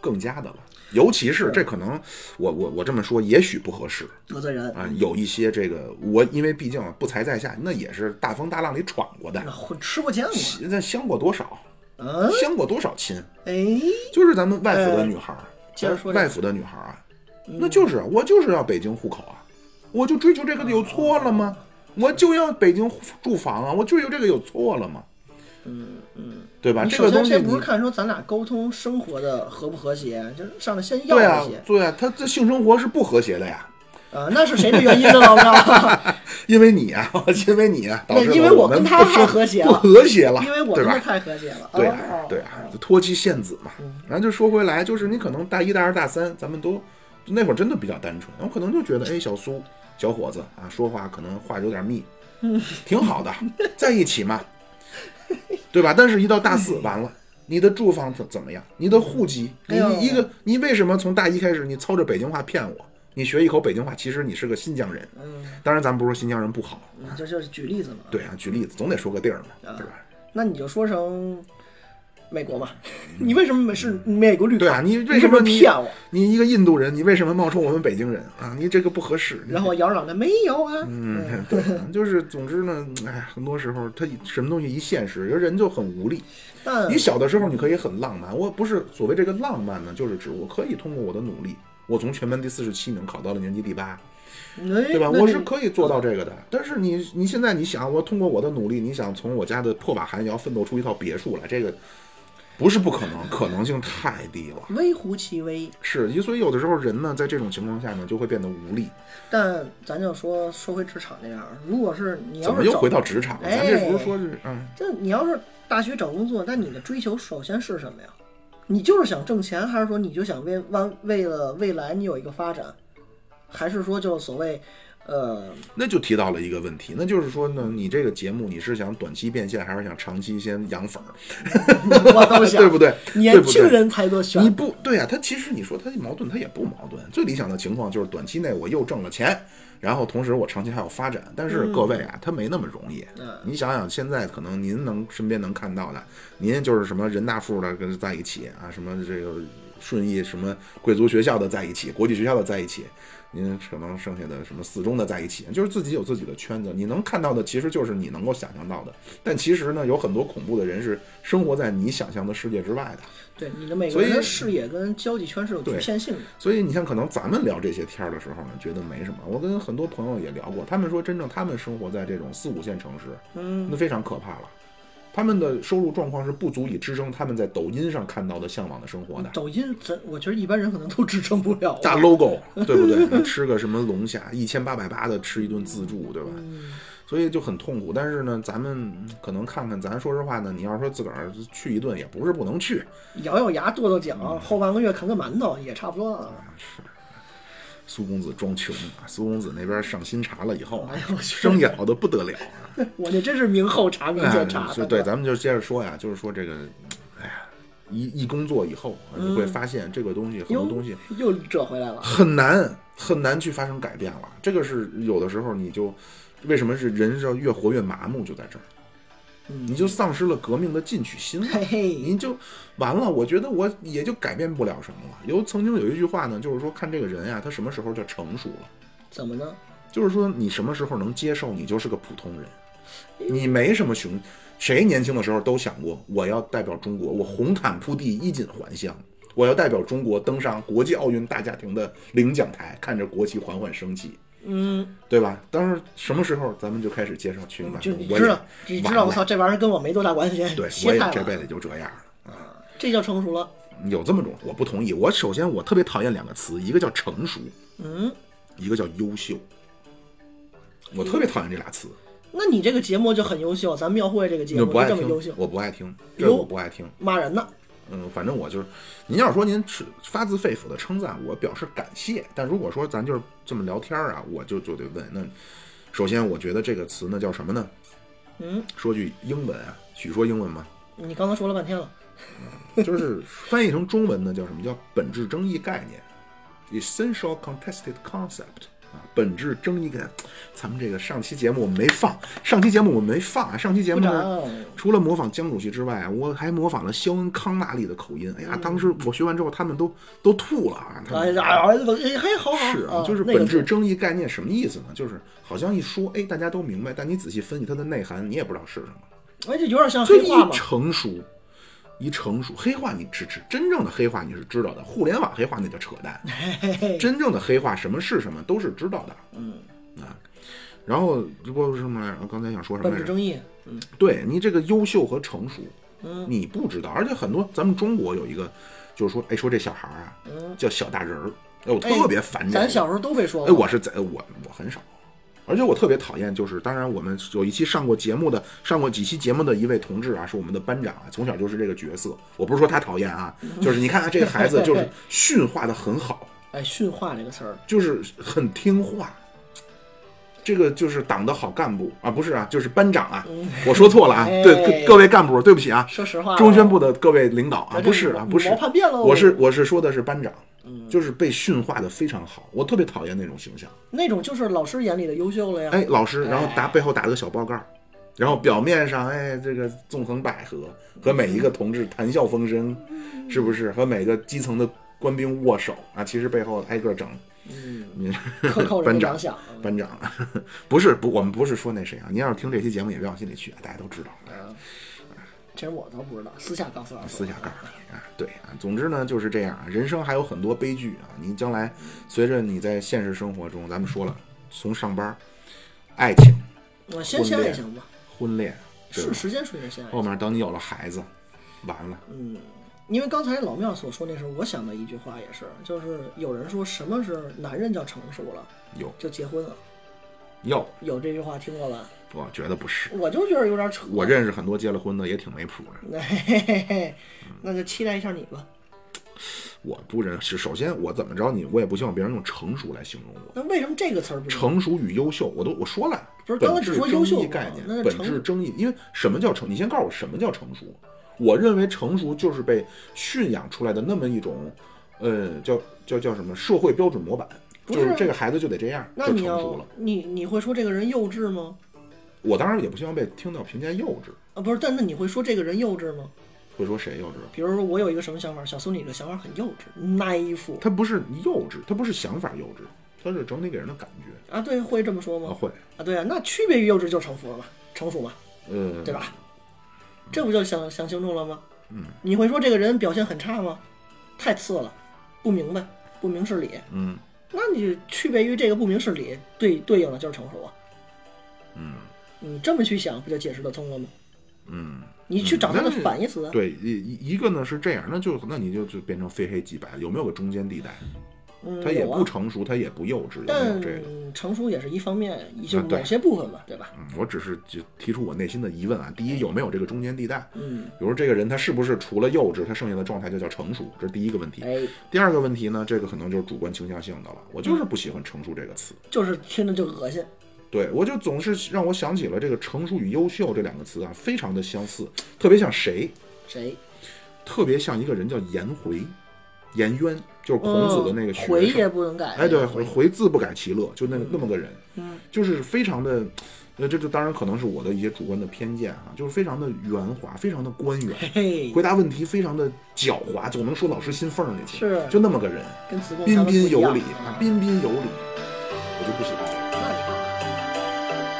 A: 更加的了，尤其是这可能我我我这么说也许不合适，
B: 得罪人，
A: 啊，有一些这个我因为毕竟不才在下，那也是大风大浪里闯过的
B: 那，混吃不见我，
A: 那香过多少，
B: 嗯，
A: 香过多少亲，
B: 哎，
A: 就是咱们外府的女孩儿，
B: 呃
A: 哎
B: 接着说这个嗯
A: 外府的女孩儿啊，那就是我就是要北京户口啊，我就追求这个有错了吗？我就要北京住房啊，我追求这个有错了吗？嗯嗯，对吧？
B: 你
A: 这
B: 首
A: 个
B: 先
A: 东西
B: 先
A: 你
B: 不是看说咱俩沟通生活的和不和谐，就是上来先要
A: 对啊
B: 和谐，
A: 对啊，他这性生活是不和谐的呀，
B: 啊，那是谁的原因呢，老高？
A: 因为你啊， 因为你啊，导致
B: 因为
A: 了我
B: 我跟
A: 们
B: 他
A: 不
B: 太和谐
A: 不
B: 了
A: 和谐了，
B: 因为我
A: 对
B: 们
A: 吧？
B: 这太和谐了，
A: 对
B: 啊
A: 啊，，对啊
B: 哦，嗯
A: 就脱妻献子嘛。然后就说回来，就是你可能大一、大二、大三，咱们都那会儿真的比较单纯，我可能就觉得，哎，小苏小伙子啊，说话可能话有点密，
B: 嗯
A: 挺好的，在一起嘛，对吧？但是，一到大四，完了。你的住房怎怎么样？你的户籍，你
B: 嗯哎呦
A: 你一个，你为什么从大一开始你操着北京话骗我？你学一口北京话，其实你是个新疆人。
B: 嗯，
A: 当然，咱不是说新疆人不好，
B: 嗯就就是举例子嘛，
A: 对啊，举例子总得说个地儿嘛，
B: 啊
A: 对吧？
B: 那你就说成美国嘛，你为什么是美国绿
A: 嗯对
B: 卡？
A: 啊，你为
B: 你
A: 什么你
B: 骗我？
A: 你一个印度人，你为什么冒充我们北京人啊？你这个不合适。
B: 然后我摇着脑袋没有啊，嗯，
A: 对，就是总之呢，哎，很多时候他什么东西一现实，人就很无力。
B: 但
A: 你小的时候你可以很浪漫，我不是所谓这个浪漫呢，就是指我可以通过我的努力，我从全班第四十七名考到了年级第八，对
B: 对
A: 吧？我是可以做到这个的。但是你你现在你想，我通过我的努力，你想从我家的破瓦寒窑奋斗出一套别墅来，这个不是不可能，可能性太低了。
B: 微乎其微，
A: 是，所以有的时候人呢，在这种情况下呢，就会变得无力。
B: 但咱就说说回职场这样，如果是你
A: 怎
B: 要
A: 么
B: 是
A: 又
B: 找
A: 回到职场了？咱这不是说是嗯，
B: 就你要是大学找工作，那你的追求首先是什么呀？你就是想挣钱，还是说你就想为为为了未来你有一个发展，还是说就所谓，呃，
A: 那就提到了一个问题，那就是说呢，你这个节目你是想短期变现，还是想长期先养粉儿，
B: 我都想
A: 对不对？对
B: 年
A: 不
B: 轻
A: 对？
B: 人才做选
A: 你不对啊，他其实你说他矛盾，他也不矛盾。最理想的情况就是短期内我又挣了钱，然后同时我长期还有发展。但是各位啊，他没那么容易。你想想，现在可能您能身边能看到的，您就是什么人大附的跟在一起啊，什么这个顺义什么贵族学校的在一起，国际学校的在一起，您可能剩下的什么四中的在一起，就是自己有自己的圈子。你能看到的其实就是你能够想象到的，但其实呢，有很多恐怖的人是生活在你想象的世界之外的。
B: 对你的每个
A: 所以
B: 人的视野跟交际圈是有局限性的。
A: 所以你像可能咱们聊这些天儿的时候呢，觉得没什么。我跟很多朋友也聊过，他们说真正他们生活在这种四五线城市，
B: 嗯，
A: 那非常可怕了。他们的收入状况是不足以支撑他们在抖音上看到的向往的生活的。
B: 抖音咱我觉得一般人可能都支撑不了。
A: 大 logo，对不对？ 吃个什么龙虾，一千八百八的吃一顿自助，对吧？
B: 嗯
A: 所以就很痛苦。但是呢，咱们可能看看，咱说实话呢，你要说自个儿去一顿也不是不能去，
B: 咬咬牙跺跺脚，
A: 嗯
B: 后半个月啃个馒头也差不多了。
A: 苏公子装穷啊，苏公子那边上新茶了以后啊
B: 哎呦，我去
A: 生意好的不得了啊。
B: 我这真是明后查明
A: 哎
B: 前查
A: 就
B: 的。
A: 对，咱们就接着说呀，就是说这个，哎呀，一一工作以后，啊你会发现这个东西很多
B: 嗯哟
A: 东西
B: 又折回来 了。
A: 很难很难去发生改变了。这个是有的时候你就为什么是人是要越活越麻木，就在这儿，你就丧失了革命的进取心了。
B: 嘿嘿，
A: 你就完了，我觉得我也就改变不了什么了。有曾经有一句话呢，就是说看这个人呀、他什么时候叫成熟了，
B: 怎么呢？
A: 就是说你什么时候能接受你就是个普通人，你没什么雄。谁年轻的时候都想过，我要代表中国，我红毯铺地，衣锦还乡，我要代表中国登上国际奥运大家庭的领奖台，看着国旗缓缓升起，
B: 嗯，
A: 对吧？当时什么时候咱们就开始接受群吧？
B: 就你
A: 我
B: 知道，
A: 也
B: 你知道，
A: 完
B: 我
A: 了
B: 操，这玩意儿跟我没多大关系，
A: 对，我
B: 歇
A: 也
B: 菜
A: 这辈
B: 了，
A: 子就这样了。
B: 这叫成熟了。
A: 有这么种，我不同意。我首先我特别讨厌两个词，一个叫成熟，
B: 嗯，
A: 一个叫优秀。我特别讨厌这俩词，
B: 那你这个节目就很优秀，咱庙会这个节
A: 我
B: 目
A: 不
B: 就
A: 爱
B: 这么优
A: 听
B: 秀，，
A: 我不爱听，这
B: 哟
A: 我不爱听。
B: 骂人呢。
A: 嗯，反正我就是，您要是说您是发自肺腑的称赞，我表示感谢。但如果说咱就是这么聊天儿啊，我就就得问，那首先我觉得这个词呢叫什么呢？
B: 嗯，
A: 说句英文啊，许说英文嘛，
B: 你刚才说了半天了，
A: 就是翻译成中文呢叫什么？叫本质争议概念，essential contested concept 啊，本质争议概念。咱们这个上期节目我没放，上期节目我没放啊，上期节目呢
B: 鼓掌，
A: 除了模仿江主席之外啊，我还模仿了肖恩康纳利的口音。哎呀，当时我学完之后，他们都都吐了啊！他
B: 哎
A: 们
B: 呀，哎哎，嘿，好好，
A: 是
B: 啊，
A: 就是
B: 那个
A: 本质争议概念什么意思呢？就是好像一说，哎，大家都明白，但你仔细分析它的内涵，你也不知道是什么。
B: 哎，这有点像
A: 所
B: 黑
A: 以
B: 话
A: 一
B: 嘛。
A: 成熟，一成熟，黑化你知知，真正的黑化你是知道的，互联网黑化那叫扯 淡。
B: 嘿嘿，
A: 真正的黑化什么是什么都是知道的。嗯啊，然后如果什么来着？我刚才想说什么
B: 本
A: 来
B: 质
A: 着？
B: 争议，嗯，
A: 对你这个优秀和成熟，你不知道，而且很多咱们中国有一个，就是说，哎，说这小孩儿啊，叫小大人儿，哎，我特别烦这个。
B: 嗯咱小时候都被说
A: 哎，
B: 过。
A: 我是在我我很少，而且我特别讨厌，就是当然我们有一期上过节目的，上过几期节目的一位同志啊，是我们的班长啊，从小就是这个角色。我不是说他讨厌啊，就是你看看这个孩子， 就是驯化的很好，
B: 哎，驯化这个词儿，
A: 就是很听话。这个就是党的好干部啊，不是啊，就是班长啊，我说错了啊，
B: 嗯哎
A: 对各各位干部，对不起啊，
B: 说实话，
A: 中宣部的各位领导啊，
B: 咱这
A: 不是啊，
B: 羽
A: 不是
B: 毛叛变喽嗯
A: 我是我是说的是班长，就是被驯化的非常好，我特别讨厌那种形象。
B: 那种就是老师眼里的优秀了呀。
A: 哎，老师，然后打背后打了个小报告，然后表面上哎这个纵横捭阖，和每一个同志谈笑风生，是不是？和每个基层的官兵握手啊，其实背后挨个整。嗯，
B: 克扣人
A: 班
B: 家
A: 长
B: 长想，
A: 班长， 不是不，我们不是说那谁啊，您要是听这期节目也别往心里去，啊大家都知道。
B: 这我倒不知道，私下告诉老师。
A: 私下告诉你啊，对啊，总之呢就是这样啊，人生还有很多悲剧啊，你将来随着你在现实生活中，咱们说了，从上班儿、爱情、
B: 我先先
A: 婚
B: 也
A: 恋
B: 行吧，
A: 婚恋，对吧哦
B: 是时间顺着先爱
A: 后面等你有了孩子，完了，
B: 因为刚才老庙所说那时候，我想的一句话也是，就是有人说什么是男人叫成熟了，
A: 有
B: 就结婚了，
A: 要，
B: 有这句话听过吧？
A: 我觉得不是。
B: 我就觉得有点扯。
A: 我认识很多结了婚的也挺没谱的，
B: 嘿嘿嘿，那就期待一下你吧。
A: 我不认识。首先，我怎么着你，我也不希望别人用成熟来形容我。
B: 那为什么这个词儿不行？
A: 成熟与优秀，我都我说了，
B: 不是
A: 本
B: 刚才
A: 质
B: 只说
A: 争
B: 优秀
A: 议
B: 嘛
A: 概念
B: 那，
A: 本
B: 成
A: 质争议，因为什么叫成？你先告诉我什么叫成熟？我认为成熟就是被驯养出来的那么一种，呃，叫叫叫什么社会标准模板，
B: 不
A: 就是是这个孩子就得这样，
B: 那
A: 就
B: 你
A: 成熟了
B: 要。你你会说这个人幼稚吗？
A: 我当然也不希望被听到评价幼稚，
B: 啊，不是，但那你会说这个人幼稚吗？
A: 会说谁幼稚？
B: 比如说我有一个什么想法，小苏你这个想法很幼稚，naive
A: 他不是幼稚，他不是想法幼稚，他是整体给人的感觉
B: 啊，对，会这么说
A: 啊，
B: 吗？
A: 会，
B: 啊，对啊，那区别于幼稚就是城府了嘛，成熟嘛，
A: 呃，
B: 对吧？这不就想想清楚了吗？嗯，你会说这个人表现很差吗？太次了，不明白，不明事理。
A: 嗯
B: 那你区别于这个不明事理，对对应的就是成熟啊。
A: 嗯
B: 你这么去想，不就解释得通了吗？
A: 嗯，
B: 你去找它的
A: 嗯那
B: 反义词啊，
A: 对，一一一个呢是这样，那就那你就就变成非黑即白，有没有个中间地带？
B: 嗯，
A: 他也
B: 有啊
A: 不成熟，他也不幼稚，有没有
B: 但
A: 这个？
B: 成熟也是一方面，也就
A: 啊对
B: 某些部分嘛，对吧？
A: 嗯，我只是就提出我内心的疑问啊。第一，有没有这个中间地带？
B: 嗯，
A: 比如说这个人他是不是除了幼稚，他剩下的状态就叫成熟？这是第一个问题。
B: 哎，
A: 第二个问题呢，这个可能就是主观倾向性的了。我就是不喜欢“成熟”这个词，
B: 就是听着就恶心。
A: 对我就总是让我想起了这个“成熟”与“优秀”这两个词啊，非常的相似，特别像谁？
B: 谁？
A: 特别像一个人叫颜回，颜渊，就是孔子的那个
B: 嗯
A: 学
B: 回
A: 生。
B: 也不能改。
A: 哎，对，回回字不改其乐，就那那么个人，
B: 嗯，
A: 就是非常的，呃，这这当然可能是我的一些主观的偏见啊，就是非常的圆滑，非常的 官员，
B: 嘿嘿，
A: 回答问题非常的狡猾，总能说老师心缝儿里去，
B: 是
A: 就那么个人，
B: 跟子贡
A: 彬
B: 刚才
A: 彬
B: 不一
A: 有
B: 样嗯
A: 礼啊，彬彬有礼，我就不喜欢。
B: 那你看